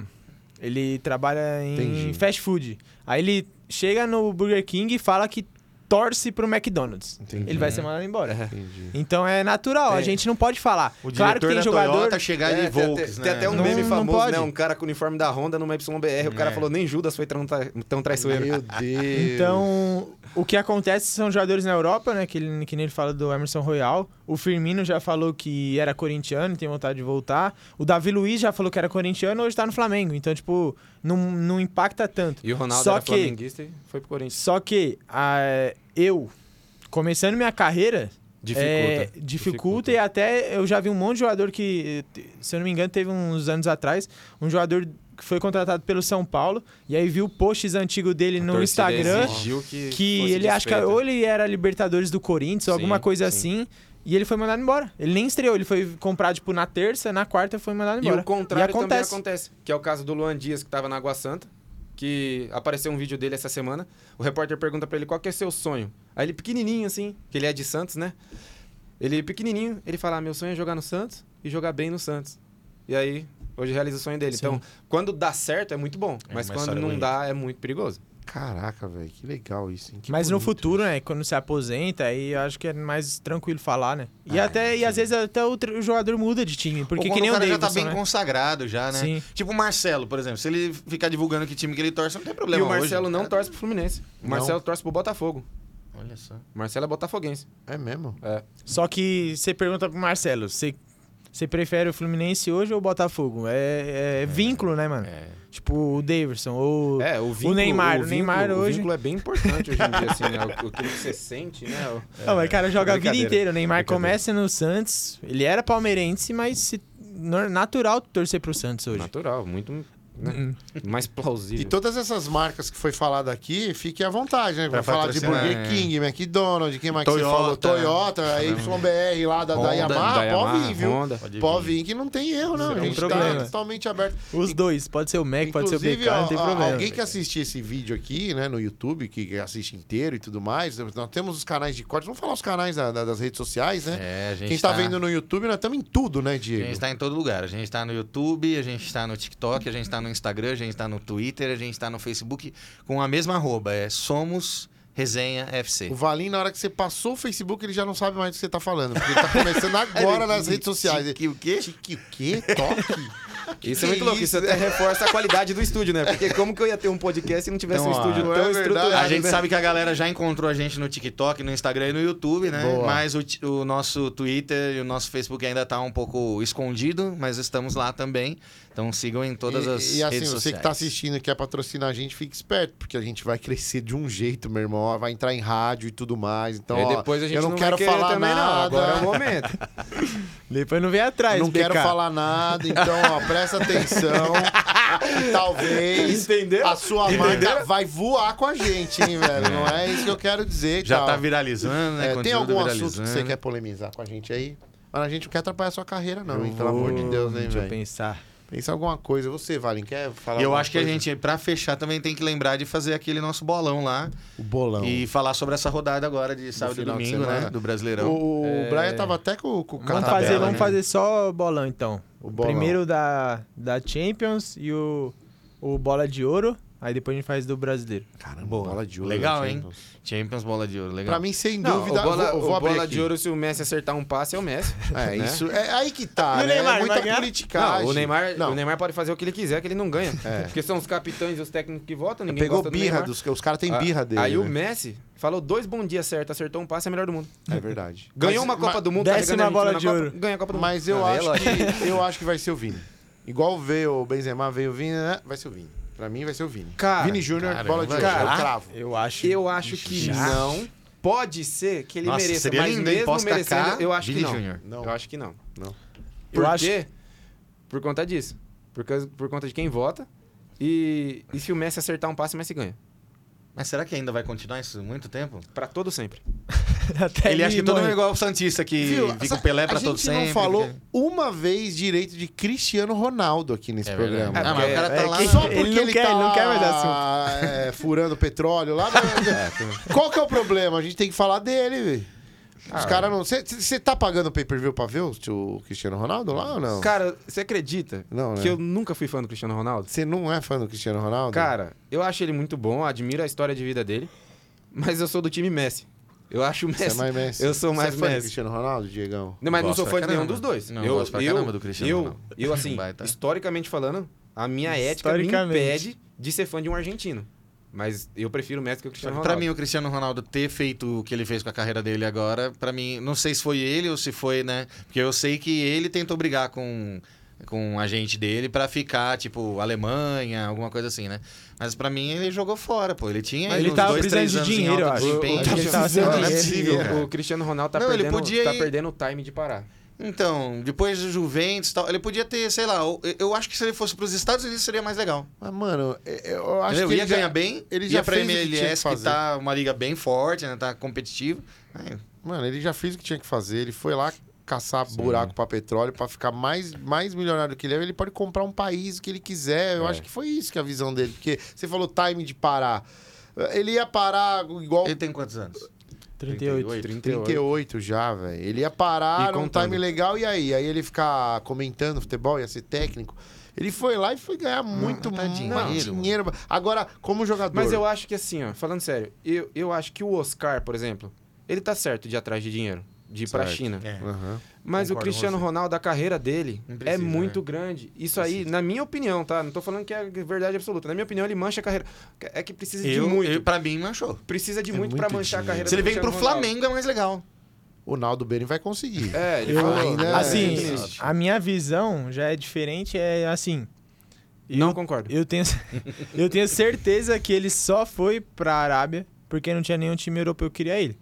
Ele trabalha em
Entendi.
fast food. Aí ele chega no Burger King e fala que torce pro McDonald's.
Entendi.
Ele vai
Uhum.
ser mandado embora.
Entendi.
Então é natural, a
Tem.
gente não pode falar.
O
claro
diretor
que tem
da
jogador.
Toyota chegar
É,
de Volks,
tem,
né?
tem até um
Não-
meme
não
famoso,
pode.
né? Um cara com o uniforme da Honda numa YBR. O cara
É.
falou, nem Judas foi tão, tra- tão traiçoeiro.
Meu Deus.
Então, o que acontece são jogadores na Europa, né? Que, ele, que nem ele fala do Emerson Royal. O Firmino já falou que era corintiano e tem vontade de voltar. O Davi Luiz já falou que era corintiano e hoje tá no Flamengo. Então, tipo, não, não impacta tanto.
E o Ronaldo
Só
era
que-
flamenguista e foi pro Corinthians.
Só que ah, eu, começando minha carreira,
Dificulta.
é, dificulta, e até eu já vi um monte de jogador que, eh, te- se eu não me engano, teve uns anos atrás, um jogador que foi contratado pelo São Paulo, e aí viu posts antigos dele
A
no
torcida
Instagram
exigiu que,
que
fosse
ele acha que
desfeita.
ou ele era Libertadores do Corinthians ou
Sim,
alguma coisa
sim.
assim. E ele foi mandado embora. Ele nem estreou, ele foi comprado, tipo, na terça, na quarta foi mandado
E
embora.
o contrário também
acontece.
acontece. Que é o caso do Luan Dias, que tava na Água Santa, que apareceu um vídeo dele essa semana. O repórter pergunta pra ele qual que é seu sonho. Aí ele pequenininho, assim, que ele é de Santos, né? Ele pequenininho, ele fala, "Ah, meu sonho é jogar no Santos e jogar bem no Santos. E aí, hoje realiza o sonho dele.
Sim.
Então, quando dá certo é muito bom,
É
mas
uma
quando
história
não
bonita.
dá é muito perigoso.
Caraca, velho, que legal isso, hein? Que
Mas no
bonito.
futuro, né, quando se aposenta, aí eu acho que é mais tranquilo falar, né? E
Ah,
até e às vezes até o, tre- o jogador muda de time, porque
Ou
que
quando
nem
o
o
cara
Davidson,
já tá bem
né?
consagrado já, né?
Sim.
Tipo o Marcelo, por exemplo. Se ele ficar divulgando que time que ele torce, não tem
e
problema
o Marcelo
hoje. né?
não
Cara,
torce pro Fluminense. O
Não.
Marcelo torce pro Botafogo.
Olha só.
O Marcelo é botafoguense.
É mesmo?
Só que você pergunta pro Marcelo, você você prefere o Fluminense hoje ou o Botafogo? É, é vínculo, né, mano?
É.
Tipo o Davidson ou
É, o vínculo,
Neymar, o
vínculo-
Neymar
o
hoje-
vínculo é bem importante hoje em dia, assim, né? O, o que você sente, né? O-
Não, mas o cara joga a vida
Brincadeira.
inteira. O Neymar
Brincadeira.
começa no Santos. Ele era palmeirense, mas se- nor- natural torcer pro Santos hoje.
Natural, muito né,
Hum.
mais plausível.
E todas essas marcas que foi falada aqui, fiquem à vontade, né? Vai
Pra
falar de
patrocinar,
Burger
é.
King, McDonald's, quem mais que você
Toyota.
falou? Toyota, a YBR lá da, da
Honda,
Yamaha,
da Yamaha,
Ah, pode vir, viu?
Honda.
Pode
Pode
vir.
vir que não tem erro, não.
é
Não
A
um
tem
gente tá
problema.
totalmente aberto.
Os dois, pode ser o Mac, É pode ser o BK,
ó,
não tem
ó,
problema.
Alguém que assistir esse vídeo aqui, né, no YouTube, que assiste inteiro e tudo mais, nós temos os canais de cortes. Vamos falar os canais da- da- das redes sociais, né?
É, a gente
Quem tá, vendo no YouTube, nós estamos em tudo, né,
A
Diego?
gente tá em todo lugar. A gente tá no YouTube, a gente tá no TikTok, a gente tá no Instagram, a gente tá no Twitter, a gente tá no Facebook com a mesma arroba. É Somos Resenha FC.
O Valim, na hora que você passou o Facebook, ele já não sabe mais do que você tá falando. Porque ele tá começando agora nas redes sociais.
Que o quê?
Que o quê? Toque?
Isso é muito louco, isso até reforça a qualidade do estúdio, né? Porque como que eu ia ter um podcast se não tivesse
Então,
um estúdio
ó,
tão
é verdade.
estruturado?
A gente
né?
sabe que a galera já encontrou a gente no TikTok, no Instagram e no YouTube, né?
Boa.
Mas o, ti- o nosso Twitter e o nosso Facebook ainda tá um pouco escondido, mas estamos lá também. Então sigam em todas
e,
as
e assim,
redes
você
sociais.
que tá assistindo e quer patrocinar a gente, fique esperto, porque a gente vai crescer de um jeito, meu irmão. ó, Vai entrar em rádio e tudo mais. Então,
E
ó,
depois a gente
eu não,
não vai
quero
querer
falar
também,
nada.
não. Agora é o momento.
Depois não vem atrás,
Ah, Não
BK.
quero falar nada, então, ó, presta atenção. Talvez
Entendeu?
a sua marca vai voar com a gente, hein, velho? Não é isso que eu quero dizer. e
Já
tal.
tá viralizando, né?
É, tem
Conteúdo
algum assunto que
viralizando.
você quer polemizar com a gente aí? Mas a gente não quer atrapalhar a sua carreira, não,
Eu
hein? Pelo amor de
vou-
Deus, hein,
Deixa eu
velho?
pensar.
Pensa em alguma coisa. Você, Valen, quer falar
E eu
alguma
acho que a
coisa?
gente, pra fechar, também tem que lembrar de fazer aquele nosso bolão lá
O bolão.
e falar sobre essa rodada agora de sábado e
final de
domingo,
semana.
né? Do Brasileirão.
O, o Brian tava até com, com o cara.
Vamos
tabela,
fazer, vamos
né?
fazer só o bolão, então.
O
O
bolão.
primeiro da, da Champions e o, o Bola de Ouro. Aí depois a gente faz do brasileiro.
Caramba, bola de ouro.
Legal,
da
hein?
Champions.
Champions, bola de ouro, legal.
Pra mim, sem
Não,
dúvida,
o bola,
eu vou, eu
o
vou abrir
bola
aqui.
de ouro, se o Messi acertar um passe, é o Messi.
É,
né?
isso. É aí que tá,
E o
né?
Neymar,
é
vai
muita
ganhar?
politicagem.
Não, o Neymar,
Não, É.
o Neymar pode fazer o que ele quiser, que ele não ganha. Porque são os capitães e os técnicos que votam, ninguém
pegou
gosta do
birra
Neymar.
dos... Os caras têm
Ah,
birra dele,
Aí o
né?
Messi falou dois bom dias certo, acertou um passe, é o melhor do mundo.
É verdade.
Ganhou
Mas-
uma Copa
mas-
do Mundo,
Décima
carregando a
bola
Argentina
de
na
ouro.
Copa, ganha a Copa do Mundo.
Mas eu,
Ah, é
acho
lógico.
que, eu acho que vai ser o Vini. Igual veio o Benzema, veio o Vini, né? vai ser o Vini. Pra mim vai ser o Vini.
Cara,
Vini Júnior,
cara,
bola de ouro.
cara.
Eu cravo.
Eu acho.
Eu acho que
Já?
não. Pode ser que ele
Nossa,
mereça,
seria
mas
lindo, hein?
mesmo
Posso
merecendo,
tacar
eu acho
Vini
que não.
Júnior.
Não.
Eu acho que não.
Não.
Por
Eu acho-
quê? Por conta disso. Por, causa- por conta de quem vota. E, e se o Messi acertar um passe, o Messi ganha.
Mas será que ainda vai continuar isso muito tempo?
Pra todo sempre.
Até
ele acha que todo
morre.
mundo é igual o Santista, que
Viu?
fica
Essa-
o
é
Pelé pra
a
todo
gente
sempre.
não falou
né?
porque-
uma vez direito de Cristiano Ronaldo aqui nesse
É verdade.
programa.
Ah,
É,
mas o cara tá
é
lá...
que-
Só porque ele,
Ele não quer-
tá
ele não quer mais
lá, é, furando petróleo lá. mas- Qual que é o problema? A gente tem que falar dele, velho. Os caras não. Você tá pagando pay-per-view pra ver o, o Cristiano Ronaldo lá ou não?
Cara, você acredita
Não, né?
que eu nunca fui fã do Cristiano Ronaldo?
Você não é fã do Cristiano Ronaldo?
Cara, eu acho ele muito bom, admiro a história de vida dele, mas eu sou do time Messi. Eu acho o Messi.
você é mais Messi.
Eu sou
Você
mais
é fã do
Messi.
Cristiano Ronaldo, Diegão?
Não, mas
Gosto
não sou fã
pra
de nenhum
caramba.
dos dois.
Não,
eu
gosto pra
eu,
caramba do Cristiano
Eu,
Ronaldo.
eu assim,
Baita.
historicamente falando, a minha ética me
Historicamente.
impede de ser fã de um argentino. Mas eu prefiro o Messi que o Cristiano Ronaldo.
Pra mim, o Cristiano Ronaldo ter feito o que ele fez com a carreira dele agora, pra mim, não sei se foi ele ou se foi, né? Porque eu sei que ele tentou brigar com com a gente dele pra ficar, tipo, Alemanha, alguma coisa assim, né? Mas pra mim ele jogou fora, pô. Ele tinha
Mas
aí
ele
uns
tava
dois, três
precisando de
anos em
dinheiro,
alto
eu acho.
desempenho.
Eu
Acho
Ele
que
tava
esse
Tá
sendo
ano
dinheiro.
é possível,
Cara.
O Cristiano Ronaldo tá,
Não, ele
perdendo,
podia
tá
ir-
perdendo o time de parar.
Então, depois do Juventus e tal, ele podia ter, sei lá, eu, eu acho que se ele fosse pros Estados Unidos seria mais legal.
Mas, mano, eu- eu acho
Entendeu?
que.
ia
ele já-
ganhar bem,
ele
ia
já
pra
fez o que tinha que
MLS, que,
fazer.
tá uma liga bem forte, né? Tá competitiva. Aí,
Mano, ele já fez o que tinha que fazer. Ele foi lá caçar buraco pra petróleo pra ficar mais, mais milionário que ele é. Ele pode comprar um país que ele quiser. Eu acho que foi isso que é a visão dele. Porque você falou time de parar. Ele ia parar igual
Ele tem quantos anos?
38.
38.
38 já, velho. Ele ia
E
parar num
contando.
time legal e aí? Aí ele ficar comentando futebol, ia ser técnico. Ele foi lá e foi ganhar muito,
mas tá
muito
dinheiro.
dinheiro. Agora, como jogador.
Mas eu acho que assim, ó, falando sério, eu, eu acho que o Oscar, por exemplo, ele tá certo de ir atrás de dinheiro, de ir pra
Certo.
China.
É.
Aham.
Mas
Concordo
o
com
Cristiano
você.
Ronaldo, a carreira dele
Não
é
precisa,
muito
né?
grande. Isso aí, na minha opinião, tá? Não tô falando que é verdade absoluta. Na minha opinião, ele mancha a carreira. É que precisa
Eu-
de muito.
eu- pra mim, manchou.
Precisa de
É muito
muito, pra manchar
dinheiro.
a carreira
Se ele
do
vem pro
Cristiano Ronaldo.
Flamengo, é mais legal.
O Naldo Beni vai conseguir.
É, ele
Eu-
falou
ainda-
assim,
É,
a minha visão já é diferente, é assim.
Não concordo.
Eu tenho, eu tenho certeza que ele só foi pra Arábia porque não tinha nenhum time europeu que queria ele.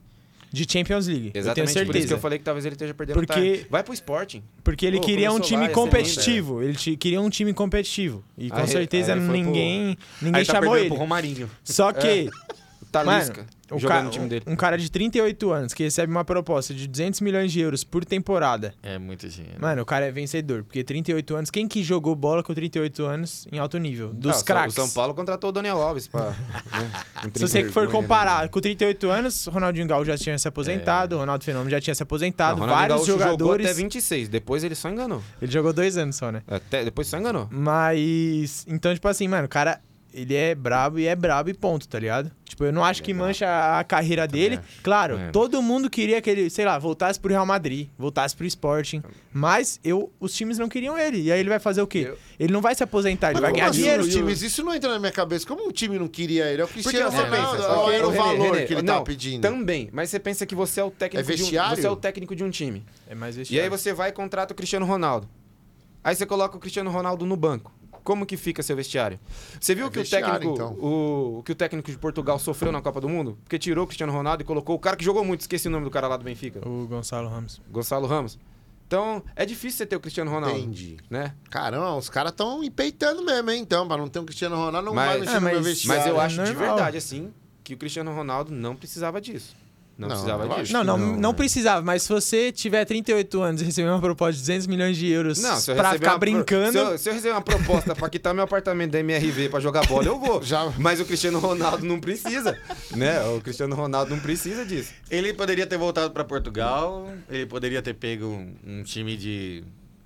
De Champions League. eu tenho
Exatamente, por isso
certeza.
que eu falei que talvez ele esteja perdendo
Porque-
time. Vai pro Sporting.
Porque ele
Pô,
queria um
começou lá,
time
ia ser
competitivo. Ele ti- queria um time competitivo. E com
Aí-
certeza
aí ele foi pro-
ninguém, ninguém
Aí tá
chamou
perdendo
ele.
pro Romarinho.
Só que
O Talisca,
o
é, tá jogando
ca-
no time dele.
um cara de 38 anos que recebe uma proposta de 200 milhões de euros por temporada.
É muito dinheiro.
Mano, o cara é vencedor. Porque 38 anos, quem que jogou bola com 38 anos em alto nível?
Ah,
Dos
o
craques.
São Paulo contratou o Daniel Alves pra... né,
Se
imprimir
você for
vergonha, né?
comparar com 38 anos, Ronaldinho Gaúcho já tinha se aposentado, Ronaldo Fenômeno já tinha
É.
se
Não,
aposentado,
o Ronaldo
vários
Gaúcho Jogou
jogadores.
até 26, depois ele só enganou.
Ele jogou dois anos só, né?
Até, depois só enganou.
Mas. Então, tipo assim, mano, o cara. Ele é brabo e é brabo e ponto, tá ligado? Tipo, eu não acho
é
que mancha a carreira dele. Claro,
É.
todo mundo queria que ele, sei lá, voltasse pro Real Madrid, voltasse pro Sporting. Mas eu, os times não queriam ele. E aí ele vai fazer o quê?
Eu-
Ele não vai se aposentar, ele
Mas
vai
como
ganhar
assim
dinheiro.
os times? Isso não entra na minha cabeça. Como um time não queria ele? É o Cristiano
você
Ronaldo.
pensa,
Olha
ok,
o
Renê,
valor
Renê,
que ele
não,
tá pedindo.
Também, mas você pensa que você é o técnico,
É
de, um,
vestiário?
você é o técnico de um time.
É mais
E aí você vai e contrata o Cristiano Ronaldo. Aí você coloca o Cristiano Ronaldo no banco. Como que fica seu vestiário? Você viu
É
que o
vestiário,
técnico,
então.
o, o que o técnico de Portugal sofreu na Copa do Mundo? Porque tirou o Cristiano Ronaldo e colocou o cara que jogou muito, esqueci o nome do cara lá do Benfica,
O Gonçalo Ramos.
Gonçalo Ramos. Então, é difícil você ter o Cristiano Ronaldo,
Entendi.
né?
Caramba, os caras estão empeitando mesmo, hein? Então, pra não ter um Cristiano Ronaldo, não
Mas-
vai mexer
É,
no meu
mas-
vestiário. Tá
Mas eu acho de
normal.
verdade assim que o Cristiano Ronaldo não precisava disso. Não,
Não,
precisava
eu
disso.
acho
Não,
que
não,
não,
não,
né?
precisava, mas se você tiver 38 anos e receber uma proposta de 200 milhões de euros
Não, se eu
pra
receber
ficar
uma-
brincando.
Se eu, se eu receber uma proposta pra quitar meu apartamento da MRV pra jogar bola, eu vou.
Já-
Mas o Cristiano Ronaldo não precisa, né? O Cristiano Ronaldo não precisa disso.
Ele poderia ter voltado pra Portugal, ele poderia ter pego um, um time de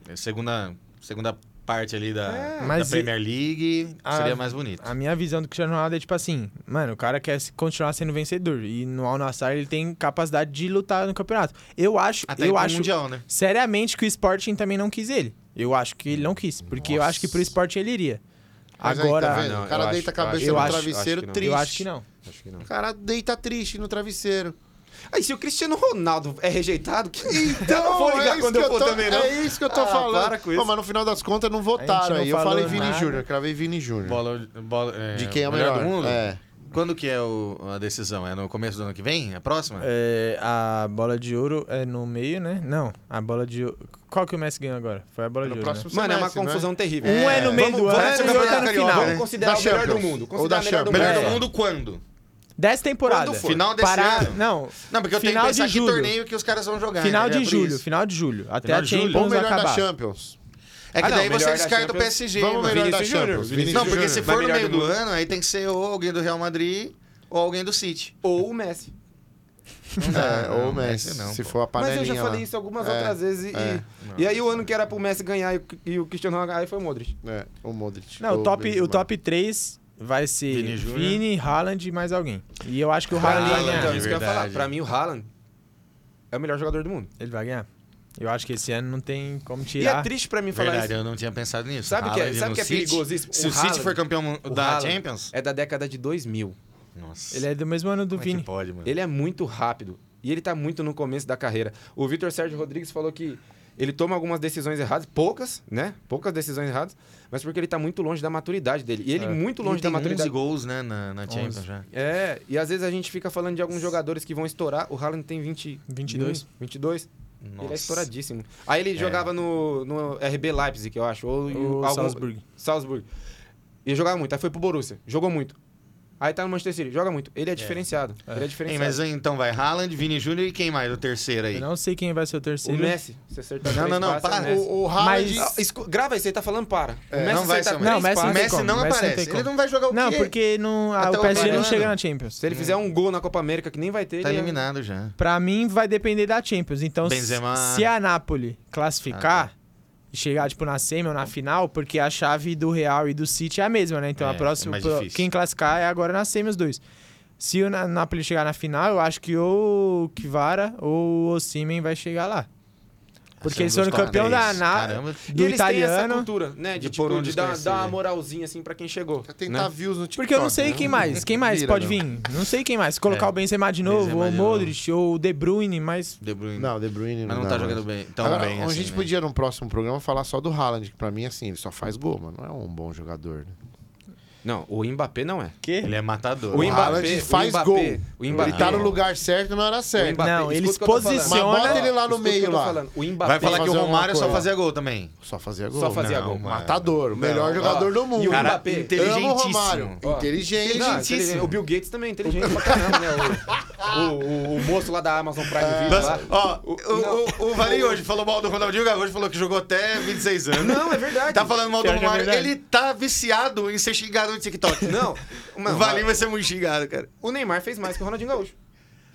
eh, segunda, segunda parte ali
É.
da, da
mas e-
Premier League,
a-
seria mais bonito.
A minha visão do Cristiano Ronaldo é tipo assim, mano, o cara quer se- continuar sendo vencedor. E no Al Nassr ele tem capacidade de lutar no campeonato. Eu acho,
Até
eu
pro
acho
Mundial, né?
seriamente que o Sporting também não quis ele. Eu acho que ele não quis, porque eu acho que pro Sporting ele iria.
Mas aí,
Agora,
tá vendo?
Ah, não,
o cara
eu
deita
acho-
a cabeça
eu
no
acho-
travesseiro
acho que não.
triste.
eu acho que não.
Acho que não.
O cara deita triste no travesseiro.
Aí, se o Cristiano Ronaldo é rejeitado, que... Então,
Não,
vou ligar
é isso
quando
que
eu for
tô-
também, não.
É isso que eu tô
Ah,
falando.
para com
Pô,
isso.
mas no final das contas não
A gente
votaram
não
aí. Eu falei
falou
Vini
nada.
Júnior, cravei Vini Júnior.
Bola, bola-
De quem é o melhor?
do mundo?
É.
Quando que é o- a decisão? É no começo do ano que vem? A próxima?
É, a bola de ouro é no meio, né? Não, a bola de ouro. Qual que o Messi ganhou agora? Foi a bola
No
de ouro.
próximo
né?
Mano, é uma
semestre, né?
confusão terrível.
Um é no meio do ano
vamos-
e o outro é no
Carioca,
final.
né?
Vamos considerar
Da
o melhor
Champions.
do mundo.
Ou da
Considerar o melhor do
Champions.
Melhor
É.
do mundo quando?
né? Dez temporadas.
Quando for?
Final desse
Pará-
ano.
Não,
Não, porque eu tenho
Final
que pensar
de
que
julho.
torneio que os caras vão jogar.
final
né? É
de
por
julho,
isso.
final de julho. Até
Final
a
de julho?
Vamos
Champions
melhor da
acabar.
Champions.
É que
Ah, não,
daí você
melhor da
descarta o
Champions.
PSG,
Vamos
mano.
melhor da
Vinícius Júnior,
Champions.
Vinícius
Não, porque
Júnior.
se
Vai
for no
melhor
meio
do
do
mundo.
ano, aí tem que ser ou alguém do Real Madrid ou alguém do City.
Ou o Messi.
Não
É, ou
não,
o Messi,
não,
se
pô.
for a
Mas
panelinha
eu já falei
lá.
isso algumas
É,
outras vezes. E,
é.
e aí o ano que era pro Messi ganhar e, o- e o Cristiano Ronaldo ganhar foi o Modric.
É, o Modric.
Não, o top, o
Benzema.
top 3 vai ser
Vini
Vini,
Júnior.
Haaland e mais alguém. E eu acho que o
Pra
Haaland
mim,
vai
Haaland,
então,
ganhar.
de
isso que eu ia falar.
verdade.
Pra mim, o Haaland é o melhor jogador do mundo.
Ele vai ganhar. Eu acho que esse ano não tem como
E é
tirar.
triste pra mim falar
Verdade,
isso.
eu não tinha pensado nisso.
Sabe o que é-
Haaland
sabe
no
o que é
City?
perigosíssimo?
Se
O
o City
Haaland-
for campeão mu-
O
da
Haaland
Champions...
É da década de 2000.
Nossa,
Ele é do mesmo ano do
como é que
Vini.
pode, mano?
Ele é muito rápido. E ele tá muito no começo da carreira. O Vitor Sérgio Rodrigues falou que ele toma algumas decisões erradas, poucas, né? Poucas decisões erradas, mas porque ele tá muito longe da maturidade dele. E ele é muito longe
tem
da
11
maturidade.
gols, né, na, na Champions já.
É, e às vezes a gente fica falando de alguns jogadores que vão estourar. O Haaland tem 20,
22.
22. Ele
Nossa. É.
é estouradíssimo. Aí ele jogava no, no RB Leipzig, eu acho. Ou em
O
algum-
Salzburg.
Salzburg. E jogava muito. Aí foi pro Borussia. Jogou muito. Aí tá no Manchester City. Joga muito. Ele é diferenciado. Ele é
Hein,
diferenciado.
mas então vai Haaland, Vini Júnior e quem mais? O terceiro aí.
Eu não sei quem vai ser o
O
terceiro.
Messi. Você acertar
Não, não,
três
não,
passes,
para.
é o Messi.
O, o Haaland...
Mas-
Ah, escu- Grava aí. Você tá falando para.
É, não vai ser o
Messi.
não,
Não, o Messi
o
não tem
Messi
como,
não
o Messi não
aparece.
tem
ele
como.
não vai jogar é o
Não,
quê?
porque não, a-
Até
o
o
PSG não
Mariano.
chega na Champions.
Se ele fizer um gol na Copa América, que nem vai ter...
Tá
ele é-
eliminado já.
Pra mim, vai depender da Champions. Então, se-
Benzema. Ah, tá.
se a Napoli classificar e chegar, tipo, na semi ou na final, porque a chave do Real e do City é a mesma, né? Então,
É,
a
é
próxima,
mais
pro-
difícil.
quem classificar é agora na semi os dois. Se o Na- Napoli chegar na final, eu acho que ou o Kvara ou o Osimhen vai chegar lá. Porque eles
São
foram
dois
campeão da
quadrantes.
na,
É Caramba.
e
do
eles têm essa
italiano.
cultura, né? De,
De
tipo,
pôr um
de dar,
desconhecido.
dar uma moralzinha, assim, pra quem chegou.
Pra tentar
né?
views no TikTok.
Porque eu não sei
né?
quem mais. Quem mais
Vira, né?
pode
não.
vir? Não sei quem mais. Colocar
É.
o Benzema de novo,
Benzema
ou o
de novo.
Modric, ou o De Bruyne, mas
De Bruyne.
Não, o De Bruyne não
mas não
dá
tá
mais.
jogando bem, tão
Agora,
bem
a
assim,
gente
né?
podia, no próximo programa, falar só do Haaland, que pra mim, assim, ele só faz gol, mano. Não é um bom jogador, né?
Não, o Mbappé não é.
que
Ele é matador.
O
O
Mbappé-
Haaland faz
o Mbappé-
gol.
o Mbappé-
ele tá no lugar certo na hora
O
certa.
Mbappé,
Não, ele
escuta o que eu tô
exposiciona-
falando.
Mas bota ele lá no
É, Escuta o que eu
meio
tô
lá.
falando. O Mbappé
Vai falar que o
fazer alguma
Romário só
coisa.
fazia gol também.
Só fazia gol. um
só fazia
Não,
gol.
mano.
Matador, o melhor
Não,
jogador
ó,
do mundo.
e o
Cara,
Mbappé?
Amo o
inteligentíssimo.
Romário.
Ó.
Inteligente.
Não, inteligente. O Bill Gates também é inteligente pra caramba, né? O, o- o- o moço lá da Amazon Prime Video lá.
É. Nossa, ó, o, o, o, Valim hoje falou mal do Ronaldinho Gaúcho, falou que jogou até 26 anos.
Não, é verdade.
Tá falando mal do
Pior que é
Romário.
verdade.
ele tá viciado em ser xingado no TikTok.
Não, mano,
o Valim vai ser muito xingado, cara.
o Neymar fez mais que o Ronaldinho Gaúcho.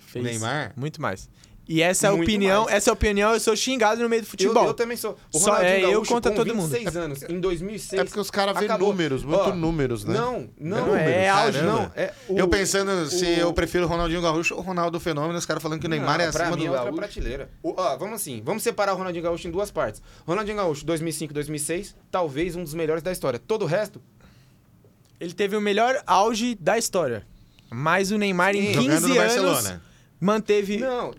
fez
Neymar?
muito mais. E essa é
Muito
opinião,
mais.
essa opinião eu sou xingado no meio do
Eu,
futebol.
eu também sou. O
Só-
Ronaldinho
é, eu
Gaúcho
conto a
com
todo mundo.
26 anos, em 2006.
É porque os caras vêem
acabou.
números, muito
Ó,
números, né?
Não, não.
números, É auge,
caramba.
não. É o-
eu pensando se
o-
eu prefiro o Ronaldinho Gaúcho ou o Ronaldo Fenômeno, os caras falando que o Neymar
Não,
é
pra
acima
mim
do
é outra
Gaúcho.
prateleira. O- ó, vamos assim, vamos separar o Ronaldinho Gaúcho em duas partes. Ronaldinho Gaúcho, 2005, 2006, talvez um dos melhores da história. Todo o resto,
Ele teve o melhor auge da história. Mas o Neymar em
Jogando
15
no
anos
Barcelona.
manteve
não.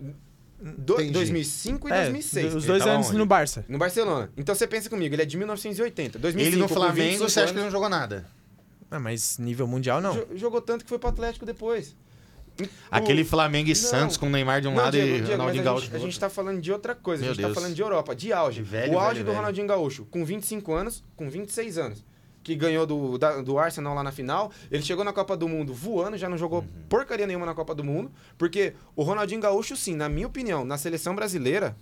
do-
Entendi.
2005 e
é,
2006.
os
Ele
dois
tava
anos
onde?
no Barça.
No Barcelona. Então você pensa comigo, ele é de 1980. 2005,
Ele no
com
Flamengo,
25
você acha que ele
anos,
não jogou nada?
Ah, mas nível mundial não.
jo- jogou tanto que foi pro Atlético depois. O-
Aquele Flamengo e
Não.
Santos com o Neymar de um
Não,
lado
Diego,
e
Diego, mas
Ronaldinho
a
Gaúcho
gente-
do
A gente
outro.
tá falando de outra coisa,
Meu
a gente tá
Deus.
falando de Europa, de auge.
Velho,
o
velho,
auge do
velho.
Ronaldinho Gaúcho, com 25 anos, com 26 anos, que ganhou do, da- do Arsenal lá na final. Ele chegou na Copa do Mundo voando, já não jogou
Uhum.
porcaria nenhuma na Copa do Mundo. Porque o Ronaldinho Gaúcho, sim, na minha opinião, na seleção brasileira,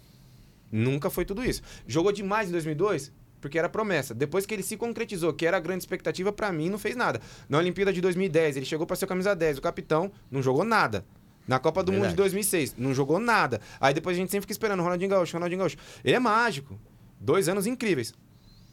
nunca foi tudo isso. Jogou demais em 2002? Porque era promessa. Depois que ele se concretizou, que era a grande expectativa, pra mim não fez nada. Na Olimpíada de 2010, ele chegou pra ser o camisa 10, o capitão, não jogou nada. Na Copa do Mundo de
Verdade.
2006, não jogou nada. Aí depois a gente sempre fica esperando o Ronaldinho Gaúcho, Ronaldinho Gaúcho. Ele é mágico. Dois anos incríveis.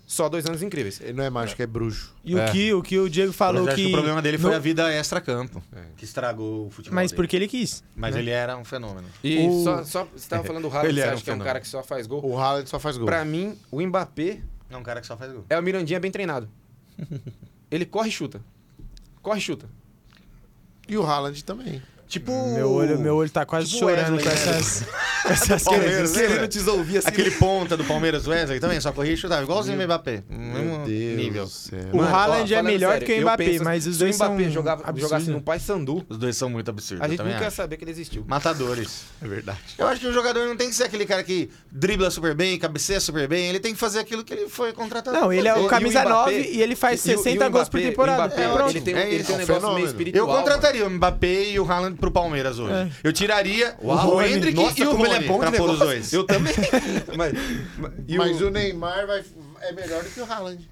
só dois anos incríveis.
Ele não é mágico, é bruxo.
E o
É.
que o, que o Diego falou
Mas acho
que.
que o problema dele foi
no-
a vida extra-campo, É, que estragou o futebol.
Mas
dele.
porque ele quis.
Mas ele era um fenômeno.
E
O-
só, só você tava falando do Haaland,
Ele
você
era
acha
um
que é um
fenômeno.
cara que só faz gol?
O Haaland só faz gol.
Pra mim, o Mbappé
É um cara que só faz gol.
é o Mirandinha bem treinado. Ele corre e chuta. Corre e chuta.
E o Haaland também.
Tipo.
Meu olho, meu olho tá quase
Tipo
chorando
Wesley,
com
né?
essas, essas
Palmeiras,
coisas.
né, velho?
desouvir
Aquele ponta do Palmeiras, Wesley, também só corria e chutava. Igualzinho o Mbappé. Mesmo nível.
do céu.
O
Mano,
Haaland
ó,
é
falando
melhor
sério,
que o
eu
Mbappé,
penso-
mas os
se
dois
o Mbappé
são
jogava,
absurdos,
jogasse
né?
no Paysandu,
Os dois são muito absurdos.
a
eu
gente
também
nunca ia
acho.
saber que ele existiu.
Matadores.
É verdade.
Eu acho que o jogador não tem que ser aquele cara que dribla super bem, cabeceia super bem. Ele tem que fazer aquilo que ele foi contratado.
Não, ele é
E
o
o
camisa
Mbappé-
9 e ele faz
E o- e o
60 gols por
Mbappé- o
temporada.
Mbappé,
É
é,
ótimo.
ele tem,
É
ele
isso,
tem um
é um
negócio meio
fenômeno.
Eu
espiritual.
contrataria o Mbappé e o Haaland pro Palmeiras hoje. Eu tiraria
Uau,
É. o Hendrick
nossa,
e o
como ele é
Rony
bom
pra
de
pôr os
negócio.
dois.
Eu também. mas, mas- e
Mas
o-
o Neymar vai, é melhor do que o Haaland.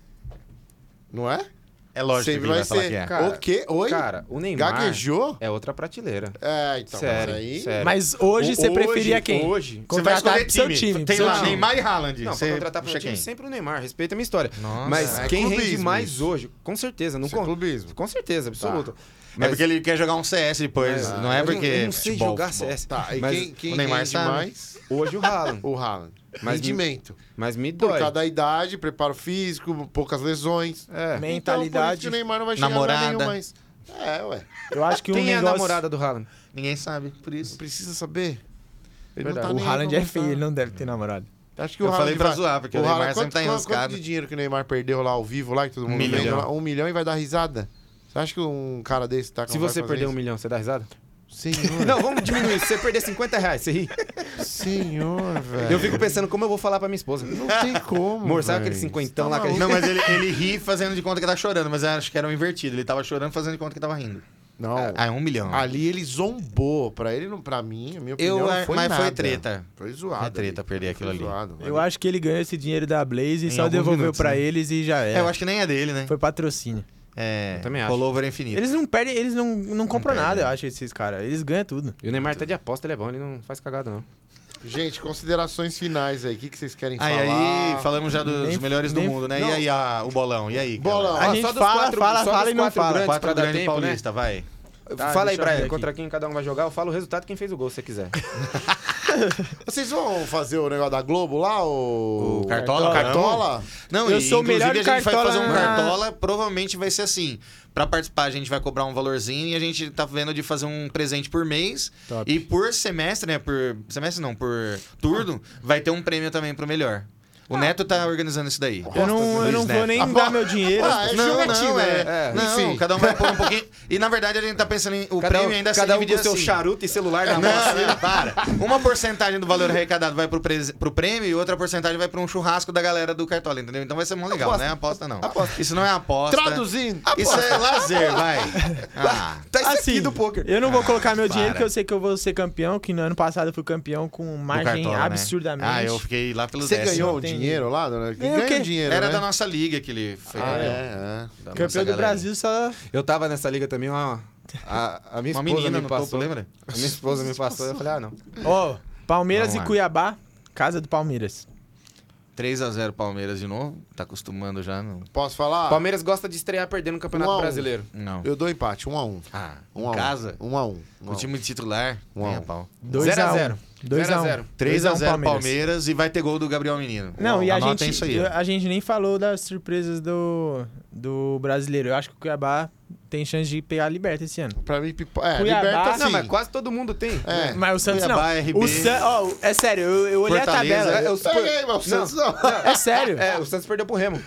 Não é?
É lógico
Sempre
que
vai
ele vai falar
ser.
que é.
Cara,
o quê? Oi?
Cara, o Neymar
Gaguejou?
é outra prateleira.
É, então,
sério,
mas aí...
sério.
Mas hoje
O-
você preferia quem?
Hoje...
Você vai
Contratar
escolher
pro seu
time.
time, pro
Tem
seu
lá
time.
Neymar e Haaland.
Não,
Você
pra contratar pro
puxa
meu time
quem?
sempre o Neymar, respeita a minha história.
Nossa,
mas
é
quem rende
clubismo
mais
isso.
hoje, com certeza, não
Isso é
con-
clubismo.
Com certeza, absoluta.
É porque ele quer jogar um CS depois. não é
Ah, eu
porque.
Eu não sei
futebol,
jogar
futebol.
CS.
Tá, e
É, mas
quem, quem
o Neymar
rende
sabe.
mais?
hoje o Haaland.
O Haaland.
Mas-
Rendimento.
Mas me
Por
dói.
causa da idade, preparo físico, poucas lesões. Então,
É.
por isso que
Mentalidade.
o Neymar não vai chegar em lugar
Namorada.
nenhum mais. É, ué.
eu acho que um
Quem é
negócio...
a namorada do Haaland?
Ninguém sabe, por isso.
Precisa saber. Ele tá
Verdade.
O
nem aí
Haaland
pra
é feio,
voltar.
ele não deve ter namorado.
Acho que
Eu
o Haaland
falei pra
vai-
zoar, porque o
Haaland,
Neymar sempre tá
quanto- Quanto
enroscado.
de dinheiro que o Neymar perdeu lá ao vivo, lá, que todo mundo
Um
vendo
milhão.
lá? Um milhão e vai dar risada. Você acha que um cara desse tá...
Se você perder um milhão, você dá risada?
Senhor,
Não, vamos diminuir. Se você perder 50 reais, você ri.
senhor, velho.
Eu fico pensando como eu vou falar pra minha esposa.
Não tem como,
Amor, sabe
velho.
aquele cinquentão
Tá
lá que a gente...
Então, Não, mas ele, ele ri fazendo de conta que tá chorando, mas eu acho que era um invertido. Ele tava chorando fazendo de conta que tava rindo.
Não.
Ah, é um milhão.
Ali ele zombou. Pra ele, não, pra mim, a minha opinião,
Eu, é-
não foi
mas
nada.
foi treta.
Foi zoado.
É treta
ali.
perder
Foi
aquilo ali.
zoado, mano.
Eu acho que ele ganhou esse dinheiro da Blaze e
Em
só
alguns
devolveu
minutos,
pra
né?
eles e já
É,
era.
eu acho que nem é dele, né?
Foi patrocínio.
É,
Eu também acho.
rollover é infinito.
Eles não perdem, eles não, não compram
perdem.
nada, eu acho, esses caras. Eles ganham tudo.
E o Neymar tá de aposta, ele é bom, ele não faz cagada, não.
Gente, considerações finais aí. O que, que vocês querem
Ah, e
falar?
aí falamos já dos
Nem-
melhores do
nem-
mundo, né?
não.
E aí a- o bolão? E aí? cara?
Bolão.
A
Ah,
gente
só dos
fala,
quatro-
fala,
só
fala
dos
e não
quatro
fala.
grandes
Quatro
pra dar
grande
tempo, né?
paulista, vai.
Fala
Tá,
aí,
deixa eu ver
Brian,
aqui.
contra quem cada um vai jogar. Eu falo o resultado quem fez o gol, se você quiser.
Vocês vão fazer o negócio da Globo lá? O,
O Cartola?
Cartola?
Não,
Eu
e,
sou o melhor
inclusive, a gente vai
cartola
fazer um
na-
cartola, provavelmente vai ser assim. Pra participar, a gente vai cobrar um valorzinho e a gente tá vendo de fazer um presente por mês.
Top.
E por semestre, né? Por semestre não, por turno, vai ter um prêmio também pro melhor. O Neto tá organizando isso daí.
Eu não, eu
Luiz
não vou
Neto.
nem
Ah,
dar
bom.
meu dinheiro.
Ah, é
não,
jogatina,
não, é.
né?
Não,
Enfim.
cada um vai pôr um pouquinho. E na verdade a gente tá pensando em. O
Cada um,
prêmio ainda se
cada um
dividir
com seu
assim.
charuto e celular na mão. assim.
Não, não, para. Uma porcentagem do valor arrecadado vai pro, prese- pro prêmio e outra porcentagem vai pra um churrasco da galera do Cartola, entendeu? Então vai ser mó legal, não é aposta não. Isso não é aposta.
Traduzindo.
Isso é lazer, vai. Ah,
Tá isso
Assim,
aqui do poker.
eu não vou colocar meu dinheiro
para.
porque eu sei que eu vou ser campeão, que no ano passado eu fui campeão com
do
margem
Cartola, né?
absurdamente.
Ah, eu fiquei lá pelos
Você
décimos.
ganhou o
entendi.
dinheiro lá, dona? Quem
Ganhei o
ganha
quê?
o dinheiro,
É, Era
né?
da nossa liga que ele foi.
Ah,
campeão.
é, é.
Da nossa
Campeão do
galera.
Brasil só.
Eu tava nessa liga também, uma, a, a minha
Uma
esposa
menina
me
no
passou.
topo, lembra?
A minha esposa me passou e eu falei, ah, não.
Ó, Palmeiras
Vamos
e
lá.
Cuiabá, casa do Palmeiras.
3x0 Palmeiras de novo. Tá acostumando já, não.
Posso falar?
Ah. Palmeiras gosta de estrear perdendo no Campeonato
Um a um.
Brasileiro.
Não.
Eu dou empate, um a um.
Ah,
Um
em
a um.
casa?
Um a um. um a
O time titular?
Um a
Tem a
um.
pau.
2x0.
0x0.
2x0.
3x0 Palmeiras. e vai ter gol do Gabriel Menino.
Não, e a
Anota
gente,
isso aí. ó.
a gente nem falou das surpresas do, do brasileiro. Eu acho que o Cuiabá tem chance de pegar a Liberta esse ano.
um. Pra mim, pipo... É,
Cuiabá-
liberta sim.
Não, mas quase todo mundo tem.
É.
Mas o Santos
Cuiabá,
não.
RB.
O San... ó, é sério, eu, eu olhei
Fortaleza,
a tabela.
é
eu-
Peguei, mas o Santos não.
É sério.
É, o Santos perdeu pro Remo.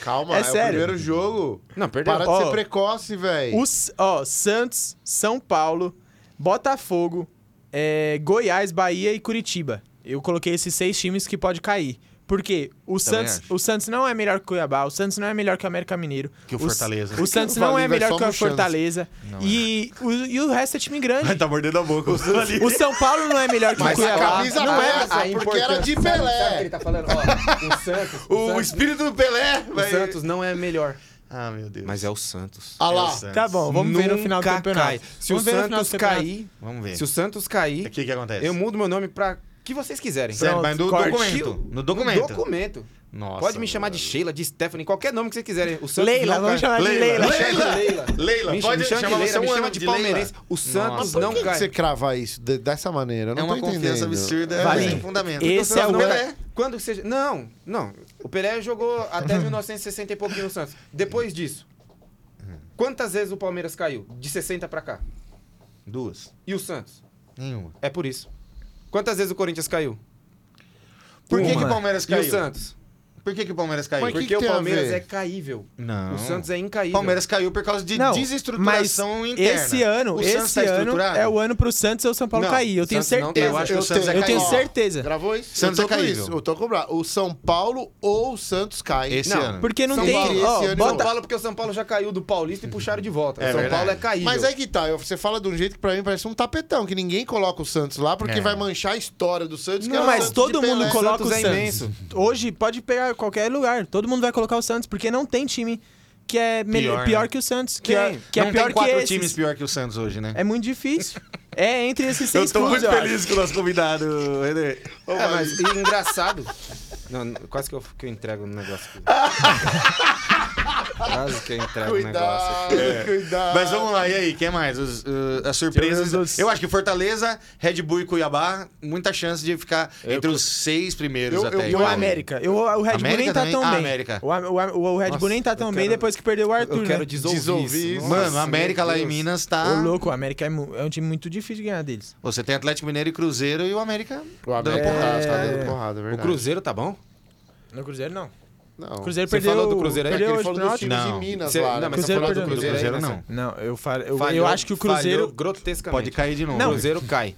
Calma,
É
é, o
sério.
primeiro jogo.
Não, perdeu.
Para
Ó.
de ser precoce, velho.
Os, ó, Santos, São Paulo, Botafogo, é, Goiás, Bahia e Curitiba. Eu coloquei esses seis times que pode cair. Porque o Santos,
acho.
o Santos não é melhor que o Cuiabá, o Santos não é melhor que o América Mineiro.
Que o
s-
Fortaleza.
O Santos
Que o
não é
Valinho vai
melhor
só
que o
murchando.
Fortaleza. E, o, e o resto é time grande.
Tá mordendo a boca. O ali.
O São Paulo não é melhor que o
Mas a
Cuiabá.
camisa
não
tá
é.
essa, porque era de Pelé.
Sabe o que ele tá falando? Ó, o Santos. O,
O
Santos,
espírito do Pelé.
o
vai-
Santos não é melhor.
Ah, meu Deus.
Mas é o Santos.
Ah
É
lá.
o Santos.
Tá bom, vamos ver no final do
Nunca
campeonato.
cai. Se
Vamos
o
ver no final do
Santos
campeonato.
cair.
Vamos ver.
Se o Santos
O
cair,
que que acontece?
eu mudo meu nome pra que vocês quiserem.
Sério, mas no
corte.
documento. No documento.
No documento.
Nossa,
Pode me chamar de Sheila, de Stephanie, qualquer nome que vocês quiserem. O Santos
Leila,
não,
vamos
cai.
chamar de Leila.
Leila. Leila. Leila.
Me,
Pode
me chama de
chamar
Leila,
você
me
um ano
chama de,
de Leila.
palmeirense. O
Mas
Santos
por
não
que, que
cai.
você crava isso de- dessa maneira? Eu não
É uma
tô
confiança
entendendo.
absurda, é
Vale.
sem fundamento.
Esse
Santos
é o
não
Pelé.
cai. Quando seja. Não, não. O Pelé jogou até 1960 e pouquinho no Santos. Depois disso, quantas vezes o Palmeiras caiu? De 60 pra cá.
Duas.
E o Santos?
Nenhuma.
É por isso. Quantas vezes o Corinthians caiu?
Por que,
Uma.
que o Palmeiras
E
caiu?
o Santos?
Por que, que o Palmeiras caiu?
Mas que
Porque
que
o
tem a
Palmeiras
ver?
é caível.
Não.
O Santos
O
é incaível.
Palmeiras caiu por causa de
Não,
desestruturação
mas
interna.
Esse ano,
o Santos
esse
tá
ano
estruturado?
é o ano pro Santos ou o São Paulo
Não,
cair. Eu tenho
Santos
tá.
não
certeza.
Eu acho que o Santos é
eu tenho
caído.
certeza.
Gravou isso?
Santos
eu tô
é
com
caído.
isso. Eu tô com bra- O São Paulo ou o Santos cai.
Esse
Não.
ano.
Porque não
São
tem.
Paulo,
ó,
esse ano
São
bota,
Paulo, é porque o São Paulo já caiu do Paulista e puxaram de volta.
É
o São
verdade.
Paulo é caível.
Mas é que tá, eu- você fala de um jeito que pra mim parece um tapetão, que ninguém coloca o Santos lá porque
É.
vai manchar a história do Santos. que
Não,
era o
mas
Santos de
todo
Pelé.
mundo coloca
Santos
o
é
Santos.
imenso.
Hoje pode pegar qualquer lugar. Todo mundo vai colocar o Santos, porque não tem time que é mele-
Pior,
pior,
né?
que o Santos. Que é,
Tem.
que é
não
pior
tem
que
quatro
esses.
times pior que o Santos hoje, né?
É muito difícil. É entre esses
eu
seis
tô
clubes,
muito
eu
feliz com o nosso convidado, Renê.
É, mas e engraçado. Não, não, quase que eu, que eu entrego no negócio. aqui. quase que eu entrego o negócio. aqui.
Cuidado,
É.
cuidado.
Mas vamos lá, e aí, quem mais? Os, uh, as surpresas.
Tirando os-
Eu acho que Fortaleza, Red Bull e Cuiabá, muita chance de ficar entre os seis primeiros
Eu- eu-
até.
eu-
E o
igual.
América. Eu, o Red Bull
América
nem tá
também?
tão
Ah,
bem.
América.
O, Am- o Am- o Red Bull nem tá
Nossa,
tão
eu
bem
quero-
depois que perdeu o Arthur,
Eu quero
né?
desouvir,
Desouvir
isso.
isso.
Nossa,
Mano, a América
meu
lá em
Deus.
Minas tá.
Ô, louco, o América é, mu- é um time muito difícil de ganhar deles.
Você tem Atlético Mineiro e Cruzeiro e o América.
O Abel
dando
tá-
porrada.
tá dando porrada, é
O
verdade.
Cruzeiro tá bom?
No Cruzeiro, não.
Não.
O Cruzeiro
Você
perdeu...
falou do Cruzeiro aí?
É que
Perdeu
ele
hoje
falou
pro
dos
Náutico.
times
Náutico?
de Minas
Você-
lá.
não,
né?
mas
Cruzeiro
você falou do
perdeu.
Do
Cruzeiro,
Cruzeiro,
aí, né?
não.
Não, eu, falo, eu, eu
Falhou-
acho que o Cruzeiro...
falhou grotescamente.
Pode cair de novo.
O Cruzeiro cai.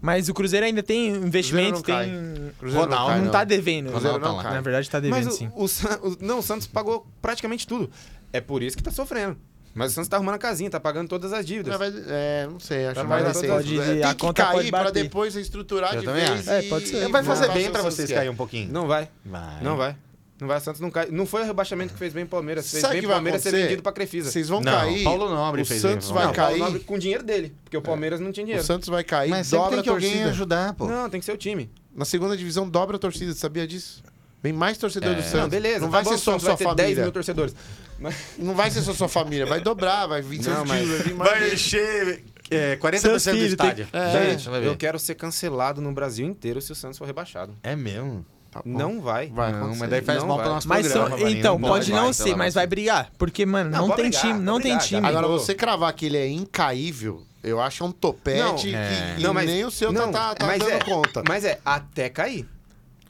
Mas o Cruzeiro ainda tem investimento,
Cruzeiro não cai.
tem...
Cruzeiro não
Ronaldo
cai,
Não
não.
tá devendo.
Cruzeiro não
Na
cai.
verdade, tá devendo,
Mas o,
sim.
o San- o- não, o Santos pagou praticamente tudo. É por isso que tá sofrendo. Mas o Santos tá arrumando a casinha, tá pagando todas as dívidas.
Não, vai- É, não sei, acho que
Mas
vai dar
pode-
certo.
a
Tem que
conta pode
cair pra
bater.
depois reestruturar
Eu
de
também
vez.
acho.
É, pode ser.
e-
Não
Vai
e
fazer
montar
bem
o
pra
seu
vocês
sistema.
caírem um pouquinho.
Não vai.
Vai. É.
Não vai. Não vai, o Santos não cai. Não foi o rebaixamento que fez bem o Palmeiras. Fez
Sabe
bem
que
o
vai
Palmeiras ser
acontecer?
vendido pra Crefisa.
Vocês vão
Não,
cair.
Paulo Nobre
o
fez
Santos
isso.
vai
Não,
Paulo
cair.
Nobre com o dinheiro dele, porque o Palmeiras não tinha
O
dinheiro.
Santos vai cair,
Mas sempre
dobra
tem
a
que alguém
torcida.
ajudar, pô.
Não, tem que ser o time.
Na segunda divisão dobra a torcida, você sabia disso? Vem mais torcedor do Santos.
Não, beleza.
Não
tá
vai
bom,
ser
o
só
Santos
sua
vai ter 10
família.
mil torcedores. Mas
Não vai ser só sua família, vai dobrar, vai vir seus
Não, mas-
tios, vai vir mais.
Vai encher é, 40%
Seus
do
filhos tem-
estádio.
É.
Gente, vai ver.
eu quero ser cancelado no Brasil inteiro se o Santos for rebaixado.
É mesmo?
Tá bom.
Não vai.
Vai
não,
acontecer.
mas daí faz
Não
mal pro
vai.
nosso
Mas
tá
programa.
são-
Marinho.
então,
Não
pode
vai,
não
então
ser,
não
mas vai brigar. Porque, mano,
Não,
não,
pode
tem
brigar,
time, não
pode
tem
brigar,
time.
Agora,
Pegou.
você cravar que ele é incaível, eu acho é um topete
Não,
que
é.
que
Não, mas-
nem o seu
não,
tá, tá, tá
mas
dando
é,
conta.
Mas é, até cair.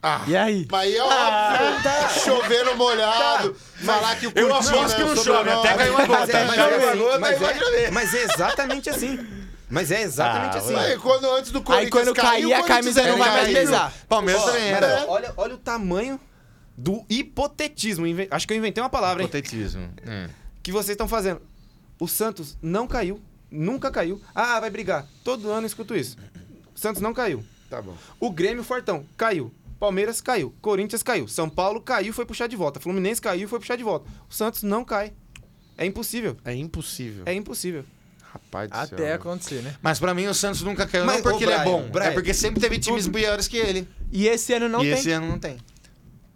Ah,
E aí?
mas aí é óbvio, chovendo molhado, falar que o
Eu
Curitiba
aposto que
é o
não chove,
sobrenome.
até caiu uma
Mas
gota.
é, mas é
Caiu uma
assim,
gota,
mas
aí vai
é-
chover.
Mas é exatamente assim. Mas é exatamente
Ah,
assim.
Mas aí, quando antes do Corinthians
Aí quando cair, a
o Corinthians
camisa
era
não vai mais
caído.
pesar.
Palmeiras
Ó,
é.
também
mas,
era.
ó, olha, olha o tamanho do hipotetismo. Inve- Acho que eu inventei uma palavra, hein?
Hipotetismo. É.
Que vocês estão fazendo. O Santos não caiu. Nunca caiu. Ah, vai brigar. Todo ano eu escuto isso. O Santos não caiu.
Tá bom.
O Grêmio Fortão caiu. Palmeiras caiu. Corinthians caiu. São Paulo caiu foi puxar de volta. Fluminense caiu foi puxar de volta. O Santos não cai. É impossível.
É impossível.
É impossível.
Rapaz do céu.
Até acontecer, né?
Mas pra mim o Santos nunca caiu,
Mas,
não porque
ô,
ele é
Brian,
bom.
Brian,
é porque sempre teve times piores que ele.
E esse ano não
e
tem.
esse ano não tem.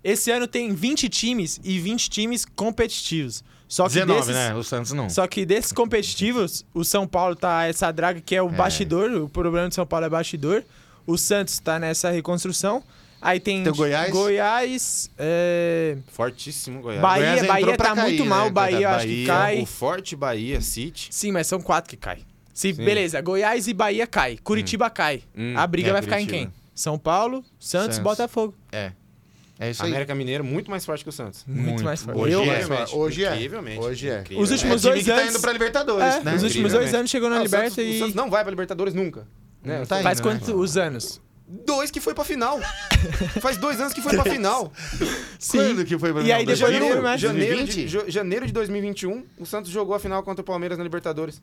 Esse ano tem 20 times e 20 times competitivos. Só que
19,
desses,
né? O Santos não.
Só que desses competitivos, o São Paulo tá essa draga que é o bastidor, o problema do São Paulo é bastidor. O Santos tá nessa reconstrução. Aí tem,
Tem o Goiás.
Goiás, é,
Fortíssimo, Goiás.
Bahia,
Goiás entrou
Bahia
pra
tá
cair,
muito
né,
mal, o Bahia
coitado,
eu acho que
Bahia,
cai.
O Forte Bahia City.
Sim, mas são quatro que cai. Se, beleza, Goiás e Bahia cai, Curitiba cai.
Hum,
A briga
é,
vai ficar em
Curitiba.
quem? São Paulo, Santos,
Santos.
Botafogo.
É. É isso aí.
América Mineiro muito mais forte que o Santos.
Muito,
Muito.
mais forte.
Hoje
Eu-
é.
Incrivelmente, Hoje é.
Incrivelmente.
Hoje é.
Incrível.
Os
É.
últimos
é time
dois
que tá
anos.
indo pra Libertadores,
é,
né?
Os últimos dois
Incrivelmente.
anos chegou na
Não, Ah, o Santos-
Liberta
O Santos
e.
não vai pra Libertadores nunca. Né?
Não tá
Faz
indo, né?
quantos anos?
Dois que foi pra final. Faz dois anos que foi pra final.
Quando que foi pra
E aí
Libertadores?
depois não
Janeiro?
foi mais.
janeiro,
2020?
de, ja- janeiro de 2021, o Santos jogou a final contra o Palmeiras na Libertadores.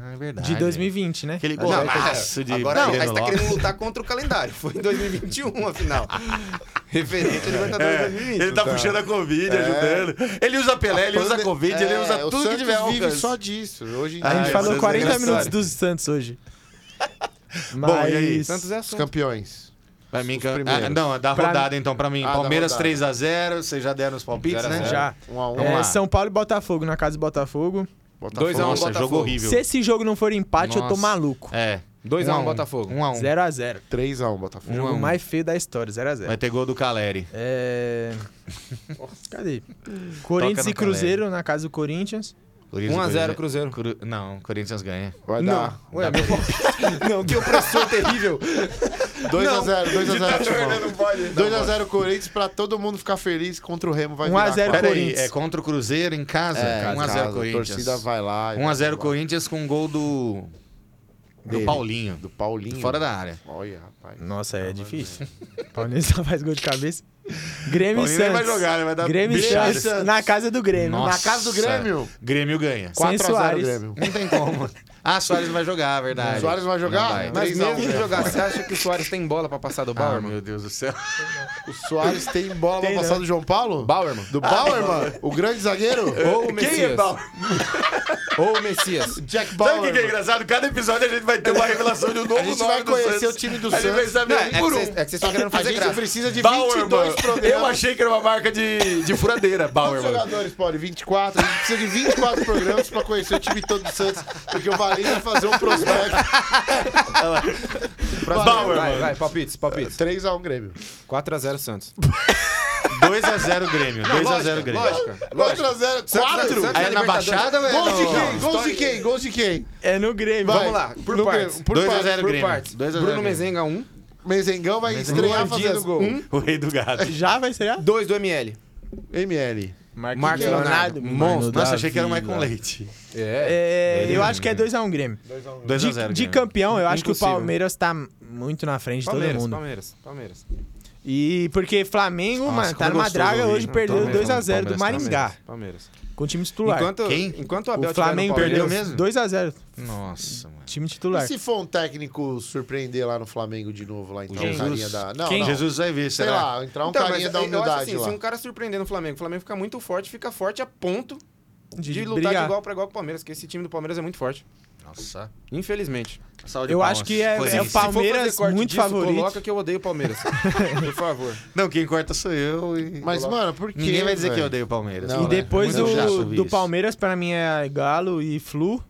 Ah, é verdade.
De 2020, né?
Aquele
Não,
golaço de
Agora não,
Breno
mas tá
Lopes.
querendo lutar contra o calendário. Foi em 2021 a final. Referente à Libertadores
É,
2020.
Ele tá puxando a Covid, ajudando. Ele usa Pelé, ele usa
Pande-
Covid, ele
é,
usa
o
tudo que
Santos
tiver ao
vive
alcance.
só disso. Hoje em
A
A
dia,
gente
Ah,
falou
é
40
engraçado.
minutos dos Santos hoje. Mas...
Bom, e aí?
Santos é
Os
assunto.
campeões.
Pra mim,
Os
que- ah,
primeiros.
não, dá
Pra
rodada então pra mim.
Ah, dá
Palmeiras
rodada.
3x0, vocês já deram os palpites,
0 a
né?
0.
Já.
Um a um.
É,
Vamos lá.
São Paulo e Botafogo, na casa do Botafogo.
Botafogo.
Dois a um,
Nossa,
Botafogo.
jogo horrível.
Se esse jogo não for empate, eu tô
Nossa.
maluco.
É.
2x1
Um a um.
Botafogo.
1x1.
0x0.
3 a 1
O
Botafogo.
jogo
a um.
mais feio da história, 0x0.
Vai ter gol do Caleri.
É. Cadê? Corinthians
no
e Cruzeiro na casa do Corinthians.
é
1x0 Cruzeiro.
Cru- Não, Corinthians ganha.
Vai
Não.
dar
Ué, meu palpite. Não, que opressor terrível.
2 a 0 2 a 0 Timão.
pode.
2 a 0 Corinthians pra todo mundo ficar feliz contra o Remo vai
1 a
virar
0
quatro.
Peraí,
Corinthians.
é contra o Cruzeiro em casa?
É,
1x0
casa,
Corinthians.
A torcida vai lá.
1x0 Corinthians com um gol do. Do
Dele.
Paulinho.
Do Paulinho.
Fora da área.
Olha, rapaz.
Nossa, é difícil. Paulinho só faz gol de cabeça. Grêmio e
Paulinho nem
Santos.
vai jogar, ele vai dar
Grêmio e
bichada.
Santos na casa do Grêmio.
Nossa.
Na casa do Grêmio.
Grêmio ganha.
4 a 0
Soares.
Grêmio.
Não tem como. Ah, Soares não vai jogar, é verdade.
Soares vai jogar?
Não vai.
Mas
Mas
Três a um,
mesmo
né?
se jogar, você acha que o Soares tem bola pra passar do
Ah,
Bauerman?
meu Deus do céu.
O Soares tem bola pra
Tem,
passar
né?
do João Paulo?
Bauerman.
Do Bauer, mano? O grande zagueiro?
Ou o Messias. Ou o Messias.
é Jack
é Sabe
Bauer.
o que que é
mano.
engraçado? Cada episódio a gente vai ter uma revelação de um novo
A gente
nome
vai
do
conhecer
Santos.
o time do
A gente vai
Santos.
saber
Não,
um
é,
por
que
um.
vocês- é que vocês estão querendo
A
fazer
gente
graça.
precisa de
Bauer,
22
mano. Eu
programas.
achei que era uma marca de, de furadeira, Bauer,
Quantos
mano.
jogadores, pode? 24? A gente precisa de 24 programas pra conhecer o time todo do Santos, porque o Valinho vai fazer um prospecto. Pra-
Bauer,
Vai,
mano.
vai, palpites, palpites.
3x1 Grêmio.
4x0 Santos.
2x0 Grêmio. 2x0 Grêmio.
Lógica.
4x0, 4?
Santos
Aí
é
na
Libertadores.
Baixada, velho?
Gols de
Não,
quem?
não.
Gols de quem? Gols de quem?
É no Grêmio.
Vai.
Vamos lá, por
No
partes.
Grêmio, Por
2x0
partes. um.
Grêmio.
Por partes.
2 a 0
Bruno
Grêmio.
Mezenga 1.
Menzengão vai estrear
Luan Dias,
fazendo gol.
um.
O rei do gato.
Já vai ser?
2 do ML.
ML.
Marcos Leonardo,
Monstro. Nossa, achei que era o Michael Leite.
É.
É, eu acho que é 2x1 Grêmio.
2x0
De,
Grêmio.
de campeão, eu acho que o
Impossível.
Palmeiras tá muito na frente de todo
Palmeiras,
mundo.
Palmeiras, Palmeiras.
E porque Flamengo,
Nossa,
mano, tá
como é
numa
gostoso
draga
ouvir.
hoje, perdeu
Palmeiras,
2x0 do
Palmeiras,
Maringá.
Palmeiras.
Com o time titular.
Tá. Enquanto,
Quem?
enquanto o Abel
o
tiver no
Flamengo
Palmeiras-
perdeu
perdeu mesmo?
2x0.
Nossa, mano.
Time
E
titular.
se for um técnico surpreender lá no Flamengo de novo, lá então,
Jesus.
um carinha da... Não,
Quem?
não.
Jesus vai ver,
Sei
será?
lá, entrar um
Então,
carinha
mas
da
eu acho
humildade
assim,
lá.
Se um cara surpreender no Flamengo, o Flamengo fica muito forte, fica forte a ponto de, lutar
brigar.
de igual pra igual com o Palmeiras, porque esse time do Palmeiras é muito forte.
Nossa.
Infelizmente.
Saúde
Eu
e
acho
palmas.
que é-
Foi
é o
isso.
Palmeiras. muito
disso,
favorito.
Coloca que eu odeio o Palmeiras. Por favor.
Não, quem corta sou eu e...
Mas, mano, por que?
Ninguém vai dizer que eu
velho?
odeio o Palmeiras.
Não,
E
né?
depois
Muito é chato
o,
ouvir
do
isso.
Palmeiras, pra mim, é Galo e Flu.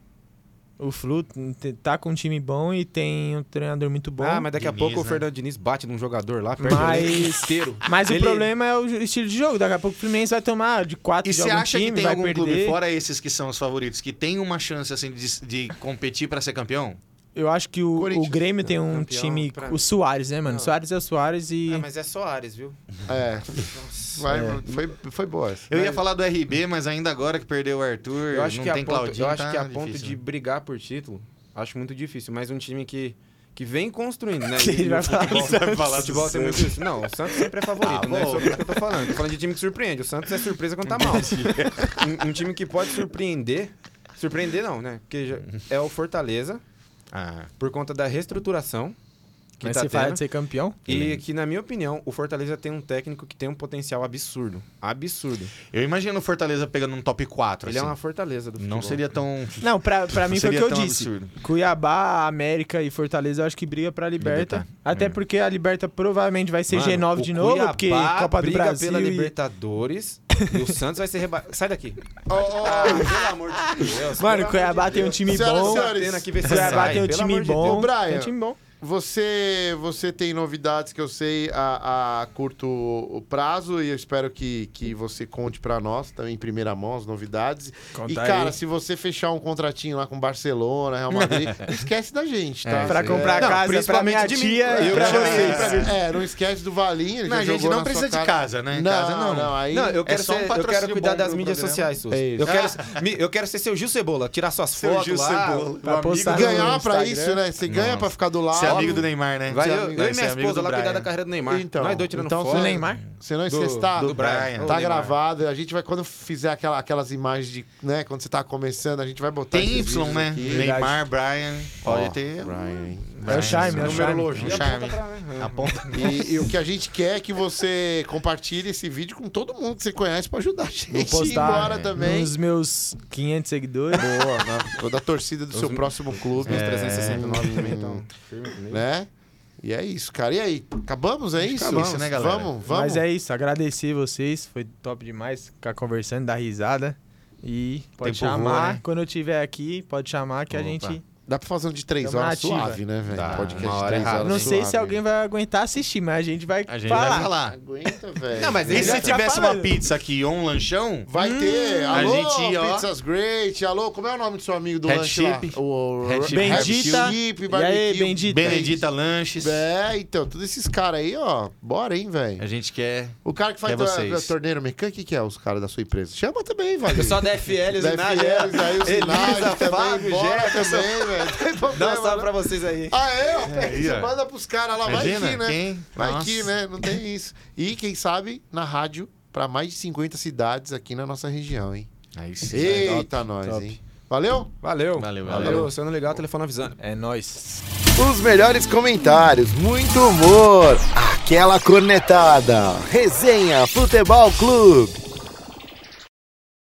O Flu t- tá com um time bom e tem um treinador muito bom.
ah, mas daqui
Diniz,
a pouco o
né?
Fernando Diniz bate num jogador lá, perde
Mas-
o elenco inteiro.
Mas o
Ele-
problema é o jo- estilo de jogo. Daqui a pouco o Fluminense vai tomar de 4
E
de
você
algum
acha
time,
que tem
vai
algum
perder.
clube, fora esses que são os favoritos, que tem uma chance assim de, de competir pra ser campeão?
Eu acho que o,
Corinthians.
o Grêmio tem um
Campeão,
time...
pra
O
mim.
Soares, né, mano?
Não.
Soares é o Soares e...
Ah, mas é só Ares, viu?
É,
Nossa.
vai, mano, foi, foi boa essa.
Eu ia falar do RB, mas ainda agora que perdeu o Arthur,
Eu acho
não
que a
tem
ponto,
Claudinho,
eu acho
tá
que a ponto
difícil,
de
né?
brigar por título, acho muito difícil. Mas um time que, que vem construindo, né?
Que
E-
ele
e
vai
o
falar
futebol, o
do Santos.
futebol tem muito isso. Não, o Santos sempre é favorito,
Ah,
né?
bom.
Sobre isso que eu tô falando. Tô falando de time que surpreende. O Santos é surpresa quando tá mal. um, um time que pode surpreender. Surpreender não, né? Porque já- é o Fortaleza,
Ah,
por conta da reestruturação que
Mas
tá
você fala
tendo.
de ser campeão?
E que, na minha opinião, o Fortaleza tem um técnico que tem um potencial absurdo. Absurdo.
eu imagino o Fortaleza pegando um top 4,
Ele é
assim.
uma fortaleza do futebol.
Não seria tão...
Não, pra, pra mim foi o
seria
que eu
tão
disse.
absurdo.
Cuiabá, América e Fortaleza, eu acho que briga pra Liberta.
Libertar.
Até
É.
porque a Liberta provavelmente vai ser
Mano,
G9
o
de novo,
Cuiabá
porque Copa do
briga
Brasil.
pela
e-
Libertadores e o Santos vai ser reba... Sai daqui.
Ô, ô,
Pelo amor de Deus.
Mano, o Cuiabá tem um time
Senhoras e
bom.
senhores,
Pena que vê se
Cuiabá
sai,
tem um
pelo
time
amor de
bom.
Ô, Brian.
Tem um time bom.
Você, você tem novidades que eu sei a, a curto o prazo e eu espero que, que você conte pra nós também em primeira mão as novidades.
Conta
e cara,
aí.
se você fechar um contratinho lá com Barcelona, Real Madrid, não esquece da gente, tá?
É,
Pra
sim.
comprar
Não,
casa, pra
principalmente
minha
de mim.
tia e
Eu
pra
já
você.
sei, pra mim. É, não esquece do Valinho, ele
Não,
já
a gente
jogou
não
na sua
precisa de
cara.
casa, né? Em
Não,
casa não.
não, aí
Não, eu quero,
É só um
ser, eu
patrocínio
quero cuidar
bom
das
pro
mídias
programa.
sociais, Souza.
É isso.
eu, quero, me- eu quero ser seu Gil Cebola, tirar suas fotos
Gil
lá.
Cebola,
pra
o amigo
postar
do-
no-
ganhar pra
Instagram.
isso, né? Você ganha
Não.
pra ficar do lado.
Você é amigo do Neymar, né?
Vai
Você é
eu,
amigo-
eu
vai
e
ser
minha
amigo do
esposa lá
Brian.
cuidar da carreira do Neymar.
Então,
Nós dois tirando
então
foto.
Do Neymar?
Você não
Do-
esquece, tá?
do Brian.
Tá
Do É Neymar.
gravado. A gente vai, quando fizer aquela- aquelas imagens de, né? Quando você tá começando, a gente vai botar
Tem
esses
Y,
vídeos
né?
aqui.
Verdade.
Neymar, Brian, pode
Ó,
ter...
Brian, hein?
É o Charme, é o Charme.
Numerologia.
E
Um
aponta
charme.
pra- é.
Aponta.
E, e o que a gente quer é que você compartilhe esse vídeo com todo mundo que você conhece pra ajudar a
Vou
gente
postar
embora também.
nos meus 500 seguidores.
Boa,
É.
né? toda a torcida do seu próximo clube.
Meus 369 também,
Hum.
Então,
então. firme comigo.
Né? E é isso, cara. E aí? Acabamos? É isso?
acabamos, né, galera?
Vamos, vamos.
Mas é isso, agradecer vocês, foi top demais ficar conversando, dar risada. E pode
Tempo voa,
chamar,
né?
quando eu estiver aqui, pode chamar que
Opa.
a gente.
Dá pra fazer um de três
Tamo na
horas
ativa.
suave, né, velho?
Dá,
Podcast
uma
de
hora
três
errada.
horas
Não sei
suave.
se alguém vai aguentar assistir, mas a gente vai
A gente
falar.
vai falar.
Aguenta, velho.
Não, mas
E se
Ele
tivesse uma
atrapalha.
pizza aqui ou um lanchão,
Vai ter. Alô,
a gente, ó.
Pizzas Great. Alô, como é o nome do seu amigo do
Red
lanche lá?
Chip.
O
Red Chip
Bendita.
Red Chip,
e aí,
barbecue.
Bendita.
Benedita Lanches,
É, então, todos esses caras aí, ó. Bora, hein, velho.
a gente quer.
O cara que faz
Quer
da,
vocês.
da torneira mecânica, o que, que é os caras da sua empresa? Chama também, Wagner.
Só da FL,
da
Zinagem.
FL, aí o
Elisa,
Sinagem também,
Fábio,
bora
Jefferson.
também, velho. Não tem
Dá um
problema,
salve
não.
pra vocês aí.
Ah, é? Ó,
aí, ó.
Manda pros caras lá, vai
Imagina
que, né?
quem?
Vai
Nossa.
que, né? Não tem isso. E quem sabe, na rádio, pra mais de 50 cidades aqui na nossa região, hein?
Aí sim.
Eita, nós,
é top.
hein? Valeu?
Valeu.
Valeu, valeu.
Valeu. Se eu não ligar, o telefone avisando.
É nóis.
Os melhores comentários, muito humor, aquela cornetada. Resenha Futebol Clube.